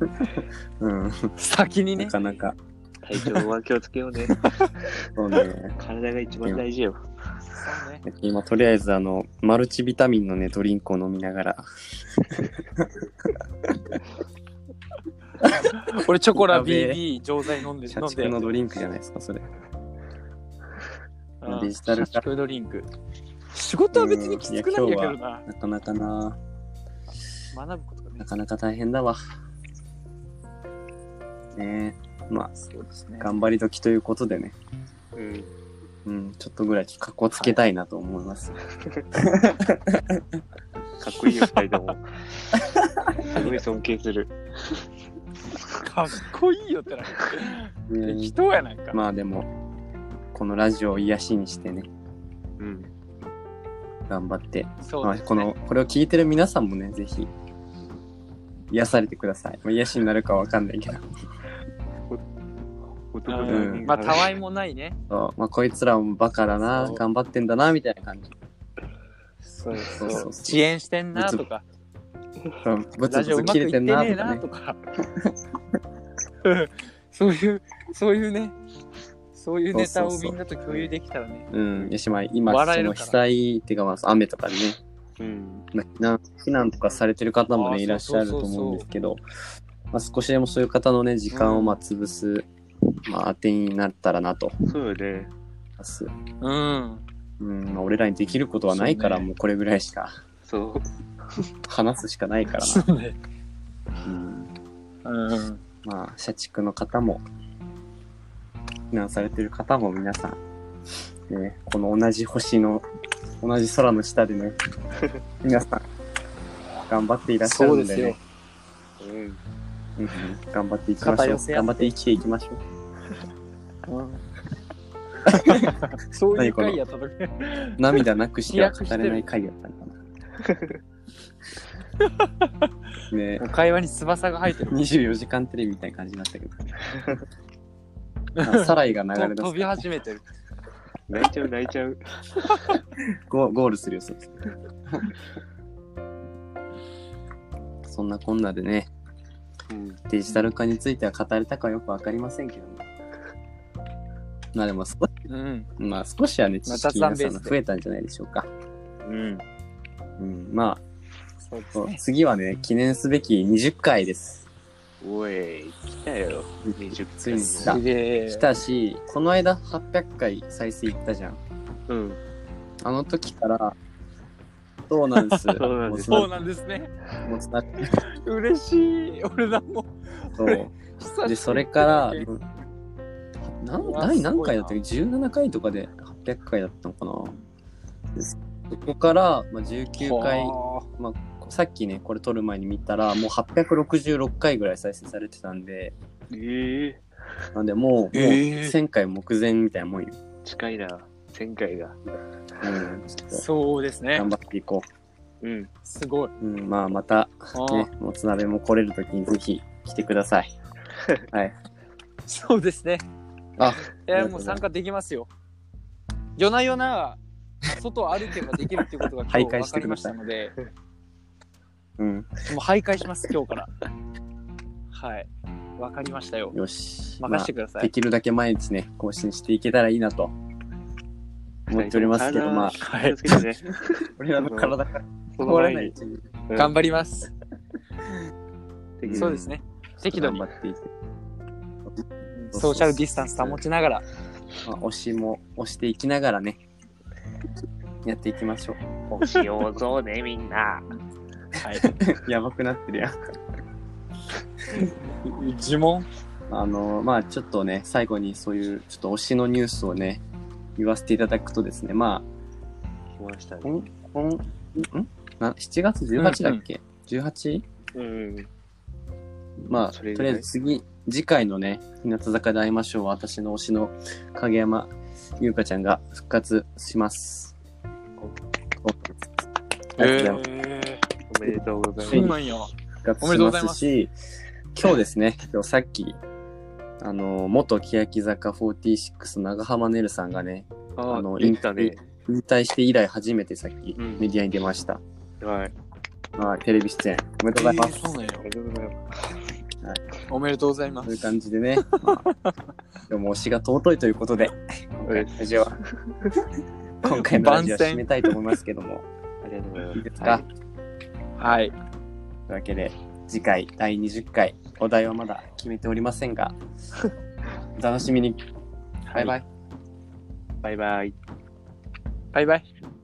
[SPEAKER 1] [LAUGHS] う
[SPEAKER 3] 先に
[SPEAKER 1] ん、な
[SPEAKER 3] ね。
[SPEAKER 1] かなか。
[SPEAKER 2] 体調は気をつけようね。
[SPEAKER 1] そうね。
[SPEAKER 2] 体が一番大事よ。
[SPEAKER 3] そうね
[SPEAKER 1] 今、とりあえず、あの、マルチビタミンのね、ドリンクを飲みながら。
[SPEAKER 3] 俺、チョコラ
[SPEAKER 1] やべえ
[SPEAKER 3] BB 錠剤飲んで、
[SPEAKER 1] 社
[SPEAKER 3] 飲ん
[SPEAKER 1] 畜
[SPEAKER 3] で。
[SPEAKER 1] のドリンクじゃないですか、それ。
[SPEAKER 3] うん
[SPEAKER 1] デジタル化
[SPEAKER 3] 社畜ドリンク。仕事は別にきつくないんやけどな。
[SPEAKER 1] なかなかな、
[SPEAKER 3] 学ぶことがね
[SPEAKER 1] な。かなか大変だわ。ねえ。ま
[SPEAKER 3] そうです
[SPEAKER 1] あ、
[SPEAKER 3] ね。
[SPEAKER 1] 頑張り時ということでね。
[SPEAKER 2] うん。
[SPEAKER 1] うん、ちょっとぐらい、ちょっと格好つけたいなと思います。
[SPEAKER 2] かっこいいよ、二人とも。すごい尊敬する。
[SPEAKER 3] かっこいいよってなんか。
[SPEAKER 1] うん
[SPEAKER 3] 人やないか。
[SPEAKER 1] まあでも、このラジオを癒しにしてね、
[SPEAKER 2] うん。
[SPEAKER 1] 頑張って、
[SPEAKER 3] そう
[SPEAKER 1] まあ、
[SPEAKER 3] ですね
[SPEAKER 1] この、これを聞いてる皆さんもね、ぜひ、癒されてください。まあ、癒しになるかわかんないけど、
[SPEAKER 2] 男の
[SPEAKER 3] う
[SPEAKER 1] うん
[SPEAKER 3] んまあ、たわいもないね。
[SPEAKER 1] そうまあ、こいつらもバカだな
[SPEAKER 3] そ、う
[SPEAKER 1] 頑張ってんだな、みたいな感じ。
[SPEAKER 3] そう
[SPEAKER 1] そうそう
[SPEAKER 3] 遅延してんなとか、
[SPEAKER 1] そうブツ
[SPEAKER 3] ラ
[SPEAKER 1] ブ
[SPEAKER 3] ジオう
[SPEAKER 1] ツ
[SPEAKER 3] まく
[SPEAKER 1] 切
[SPEAKER 3] い
[SPEAKER 1] れ
[SPEAKER 3] って
[SPEAKER 1] てん
[SPEAKER 3] ね
[SPEAKER 1] な、
[SPEAKER 3] え
[SPEAKER 1] とか
[SPEAKER 3] な
[SPEAKER 1] ね。
[SPEAKER 3] とか。うん [LAUGHS] そういう、そういうね、そういうネタを
[SPEAKER 1] そうそうそ
[SPEAKER 3] み
[SPEAKER 1] うん
[SPEAKER 3] なと共有できたらね。
[SPEAKER 1] うん、よしまあ今、
[SPEAKER 3] 笑え
[SPEAKER 1] そ
[SPEAKER 3] る
[SPEAKER 1] の
[SPEAKER 3] から
[SPEAKER 1] 被災っていうか、まあ、雨とかでね、
[SPEAKER 2] うん。
[SPEAKER 1] まあ避難避難とかされてる方も
[SPEAKER 3] あー
[SPEAKER 1] ね、いらっしゃると
[SPEAKER 3] そうそうそうそう
[SPEAKER 1] 思うんですけど、まあ、少しでもそういう方のね、時間をまあ潰す、まあ、当てになったらなと思い
[SPEAKER 2] そうよね。
[SPEAKER 1] ます。
[SPEAKER 3] うん。
[SPEAKER 1] うん、まあ俺らにできることはないから、
[SPEAKER 3] そうね
[SPEAKER 1] もうこれぐらいしか、
[SPEAKER 2] そう。
[SPEAKER 1] 話すしかないから
[SPEAKER 3] そ [LAUGHS]
[SPEAKER 1] な。
[SPEAKER 3] うね。
[SPEAKER 1] うん
[SPEAKER 3] うん。
[SPEAKER 1] まあ、社畜の方も、避難されてる方も皆さん、ね、この同じ星の、同じ空の下で
[SPEAKER 3] [LAUGHS]
[SPEAKER 1] ね、皆さん、頑張っていらっしゃる
[SPEAKER 3] そうん
[SPEAKER 1] で
[SPEAKER 3] で
[SPEAKER 1] す
[SPEAKER 3] よ
[SPEAKER 1] ね。。
[SPEAKER 2] うん。
[SPEAKER 1] うん頑張っていきまし
[SPEAKER 3] 肩
[SPEAKER 1] ょ
[SPEAKER 3] 寄
[SPEAKER 1] う。
[SPEAKER 3] せ合って
[SPEAKER 1] 頑張って生きていきましょう。
[SPEAKER 3] うん [LAUGHS] そういう回やった時
[SPEAKER 1] 涙なく
[SPEAKER 3] [LAUGHS]
[SPEAKER 1] しては
[SPEAKER 3] 飛躍
[SPEAKER 1] 語
[SPEAKER 3] してる
[SPEAKER 1] れない回やったんかな。 [LAUGHS]
[SPEAKER 3] [LAUGHS]
[SPEAKER 1] ね
[SPEAKER 3] 会話に翼が入ってる。
[SPEAKER 1] 24時間テレビみたい
[SPEAKER 3] [LAUGHS]
[SPEAKER 1] な感じになったけど。まあサライが流れ出す
[SPEAKER 3] 飛び始めてる。
[SPEAKER 2] 泣いちゃう、泣いちゃう。
[SPEAKER 1] ゴゴールするよ、そ
[SPEAKER 3] [LAUGHS]
[SPEAKER 1] いつそんなこんなでね、
[SPEAKER 2] うん。
[SPEAKER 1] デジタル化については語れたかよくわかりませんけども。まあでも少し、
[SPEAKER 3] うん。
[SPEAKER 1] まあ少しはね、知
[SPEAKER 3] まあ
[SPEAKER 1] 識
[SPEAKER 3] 雑談
[SPEAKER 1] 皆
[SPEAKER 3] ベ
[SPEAKER 1] さ
[SPEAKER 3] ー
[SPEAKER 1] んが
[SPEAKER 3] スで
[SPEAKER 1] 増えたんじゃないでしょうか。
[SPEAKER 3] うん。
[SPEAKER 1] うん、まあ、
[SPEAKER 3] そうです
[SPEAKER 1] そう
[SPEAKER 3] ね。
[SPEAKER 1] 次はね、記念すべき20回です。
[SPEAKER 2] おい、来たよ。20
[SPEAKER 1] ついに
[SPEAKER 2] 回
[SPEAKER 1] 来た
[SPEAKER 3] すげえ
[SPEAKER 1] 来。たし、この間800回再生いったじゃん。
[SPEAKER 2] うん。
[SPEAKER 1] あの時から、そうなんです。
[SPEAKER 2] そうなんです
[SPEAKER 3] [LAUGHS] そうなんですね。
[SPEAKER 1] もうつながって
[SPEAKER 3] 嬉しい。俺らも。
[SPEAKER 1] そう
[SPEAKER 3] 久しぶ
[SPEAKER 1] [LAUGHS]
[SPEAKER 3] り
[SPEAKER 1] で、それから、
[SPEAKER 3] うん
[SPEAKER 1] うんなん
[SPEAKER 3] うわ
[SPEAKER 1] 第
[SPEAKER 3] す
[SPEAKER 1] 何
[SPEAKER 3] ごい
[SPEAKER 1] 回だ
[SPEAKER 3] な
[SPEAKER 1] ったっけ ?17 回とかで800回だったのかな。でそこから、まあ、19回、
[SPEAKER 3] はあ
[SPEAKER 1] さっきね、これ撮る前に見たら、もう866回ぐらい再生されてたんで、
[SPEAKER 2] ええ
[SPEAKER 1] なんでもう、もう
[SPEAKER 3] えー
[SPEAKER 1] 1000回目前みたいなもんよ。
[SPEAKER 2] 近いな。前回だ。
[SPEAKER 1] うん、ちょっと
[SPEAKER 3] そうですね
[SPEAKER 1] 頑。張っていこ
[SPEAKER 2] うん。
[SPEAKER 3] すごい。
[SPEAKER 1] う。うん、まあまた、
[SPEAKER 3] ああ
[SPEAKER 1] ね、もつ鍋も来れるときにぜひ来てください。はい。
[SPEAKER 3] そうですね。
[SPEAKER 1] あ、
[SPEAKER 3] い
[SPEAKER 1] ありが
[SPEAKER 3] や
[SPEAKER 1] とうご
[SPEAKER 3] も
[SPEAKER 1] ざいま
[SPEAKER 3] う
[SPEAKER 1] す
[SPEAKER 3] 参加できますよ。夜な夜な外を歩けばできるっていうことが
[SPEAKER 1] 徘
[SPEAKER 3] 今日
[SPEAKER 1] 徊
[SPEAKER 3] 分
[SPEAKER 1] し
[SPEAKER 3] か
[SPEAKER 1] てく
[SPEAKER 3] り
[SPEAKER 1] だ
[SPEAKER 3] まし
[SPEAKER 1] さい
[SPEAKER 3] たので、
[SPEAKER 1] うん、
[SPEAKER 3] もう徘徊します今日から。はい。分かりましたよ。
[SPEAKER 1] よし。
[SPEAKER 3] 任せてくださ
[SPEAKER 1] まあで
[SPEAKER 3] い。
[SPEAKER 1] きるだけ毎日ね、更新していけたらいいなと思っておりますけど、まあ、
[SPEAKER 2] あ気をつけてね。
[SPEAKER 1] 俺らの体が
[SPEAKER 2] その
[SPEAKER 1] 壊れ
[SPEAKER 2] 前
[SPEAKER 1] ない
[SPEAKER 2] に
[SPEAKER 1] うちに
[SPEAKER 2] うん
[SPEAKER 3] 頑張ります。
[SPEAKER 2] 適宜
[SPEAKER 3] そうですね。適度
[SPEAKER 1] 頑
[SPEAKER 3] に
[SPEAKER 1] 張っていって、
[SPEAKER 3] ソーシャルディスタンス保ちながら。
[SPEAKER 1] まあ、推しも押していきながらね、やっていきましょ
[SPEAKER 2] しようぞね、みんな。
[SPEAKER 3] はい。
[SPEAKER 1] う。 [LAUGHS] やばくなってるやん。
[SPEAKER 3] 呪文
[SPEAKER 1] あのまあちょっとね最後にそういうちょっと推しのニュースをね言わせていただくとですねま
[SPEAKER 2] 来ました
[SPEAKER 1] あ
[SPEAKER 2] ね。
[SPEAKER 1] こんこんんな7月18だっけ、18?
[SPEAKER 2] うん。
[SPEAKER 1] まあ
[SPEAKER 2] そ
[SPEAKER 1] と
[SPEAKER 2] れ
[SPEAKER 1] り
[SPEAKER 2] ぐ
[SPEAKER 1] あ
[SPEAKER 2] らい
[SPEAKER 1] えず次次回のね日向坂で会いましょうは私の推しの影山優香ちゃんが復活します。
[SPEAKER 3] え
[SPEAKER 1] 影山
[SPEAKER 3] ー、
[SPEAKER 2] おめでとうござ
[SPEAKER 1] つ
[SPEAKER 2] い
[SPEAKER 1] い
[SPEAKER 3] そう
[SPEAKER 2] ま
[SPEAKER 1] に
[SPEAKER 3] なんや。
[SPEAKER 1] 復
[SPEAKER 3] お
[SPEAKER 1] 活
[SPEAKER 3] め
[SPEAKER 1] し
[SPEAKER 3] でとうござ
[SPEAKER 1] ま
[SPEAKER 3] います
[SPEAKER 1] すし今日ですね今日さっきあの元欅坂46の長浜ねるさんがね
[SPEAKER 2] す。
[SPEAKER 1] あの
[SPEAKER 2] 言ったね。
[SPEAKER 1] 引退して以来初めてさっき
[SPEAKER 2] うん
[SPEAKER 1] メディアに出ました。
[SPEAKER 2] はい。
[SPEAKER 1] はい、テレビ出演おめでとうございます。
[SPEAKER 3] えーそうなんや
[SPEAKER 2] ありがとうございます。
[SPEAKER 3] おめでとうございま
[SPEAKER 1] そういう
[SPEAKER 3] す。
[SPEAKER 1] 感じでね、まあ、今日も推しが尊いということで、今回のラジオは、今回のラジオは締めたいと思いますけども、
[SPEAKER 2] ありがとうございます。
[SPEAKER 1] いいですか、
[SPEAKER 2] は
[SPEAKER 1] とい
[SPEAKER 3] はい。
[SPEAKER 1] うわけで、次回第20回、お題はまだ決めておりませんが、お楽しみに。バイバイ。
[SPEAKER 2] バイバイ。
[SPEAKER 3] バイバイ。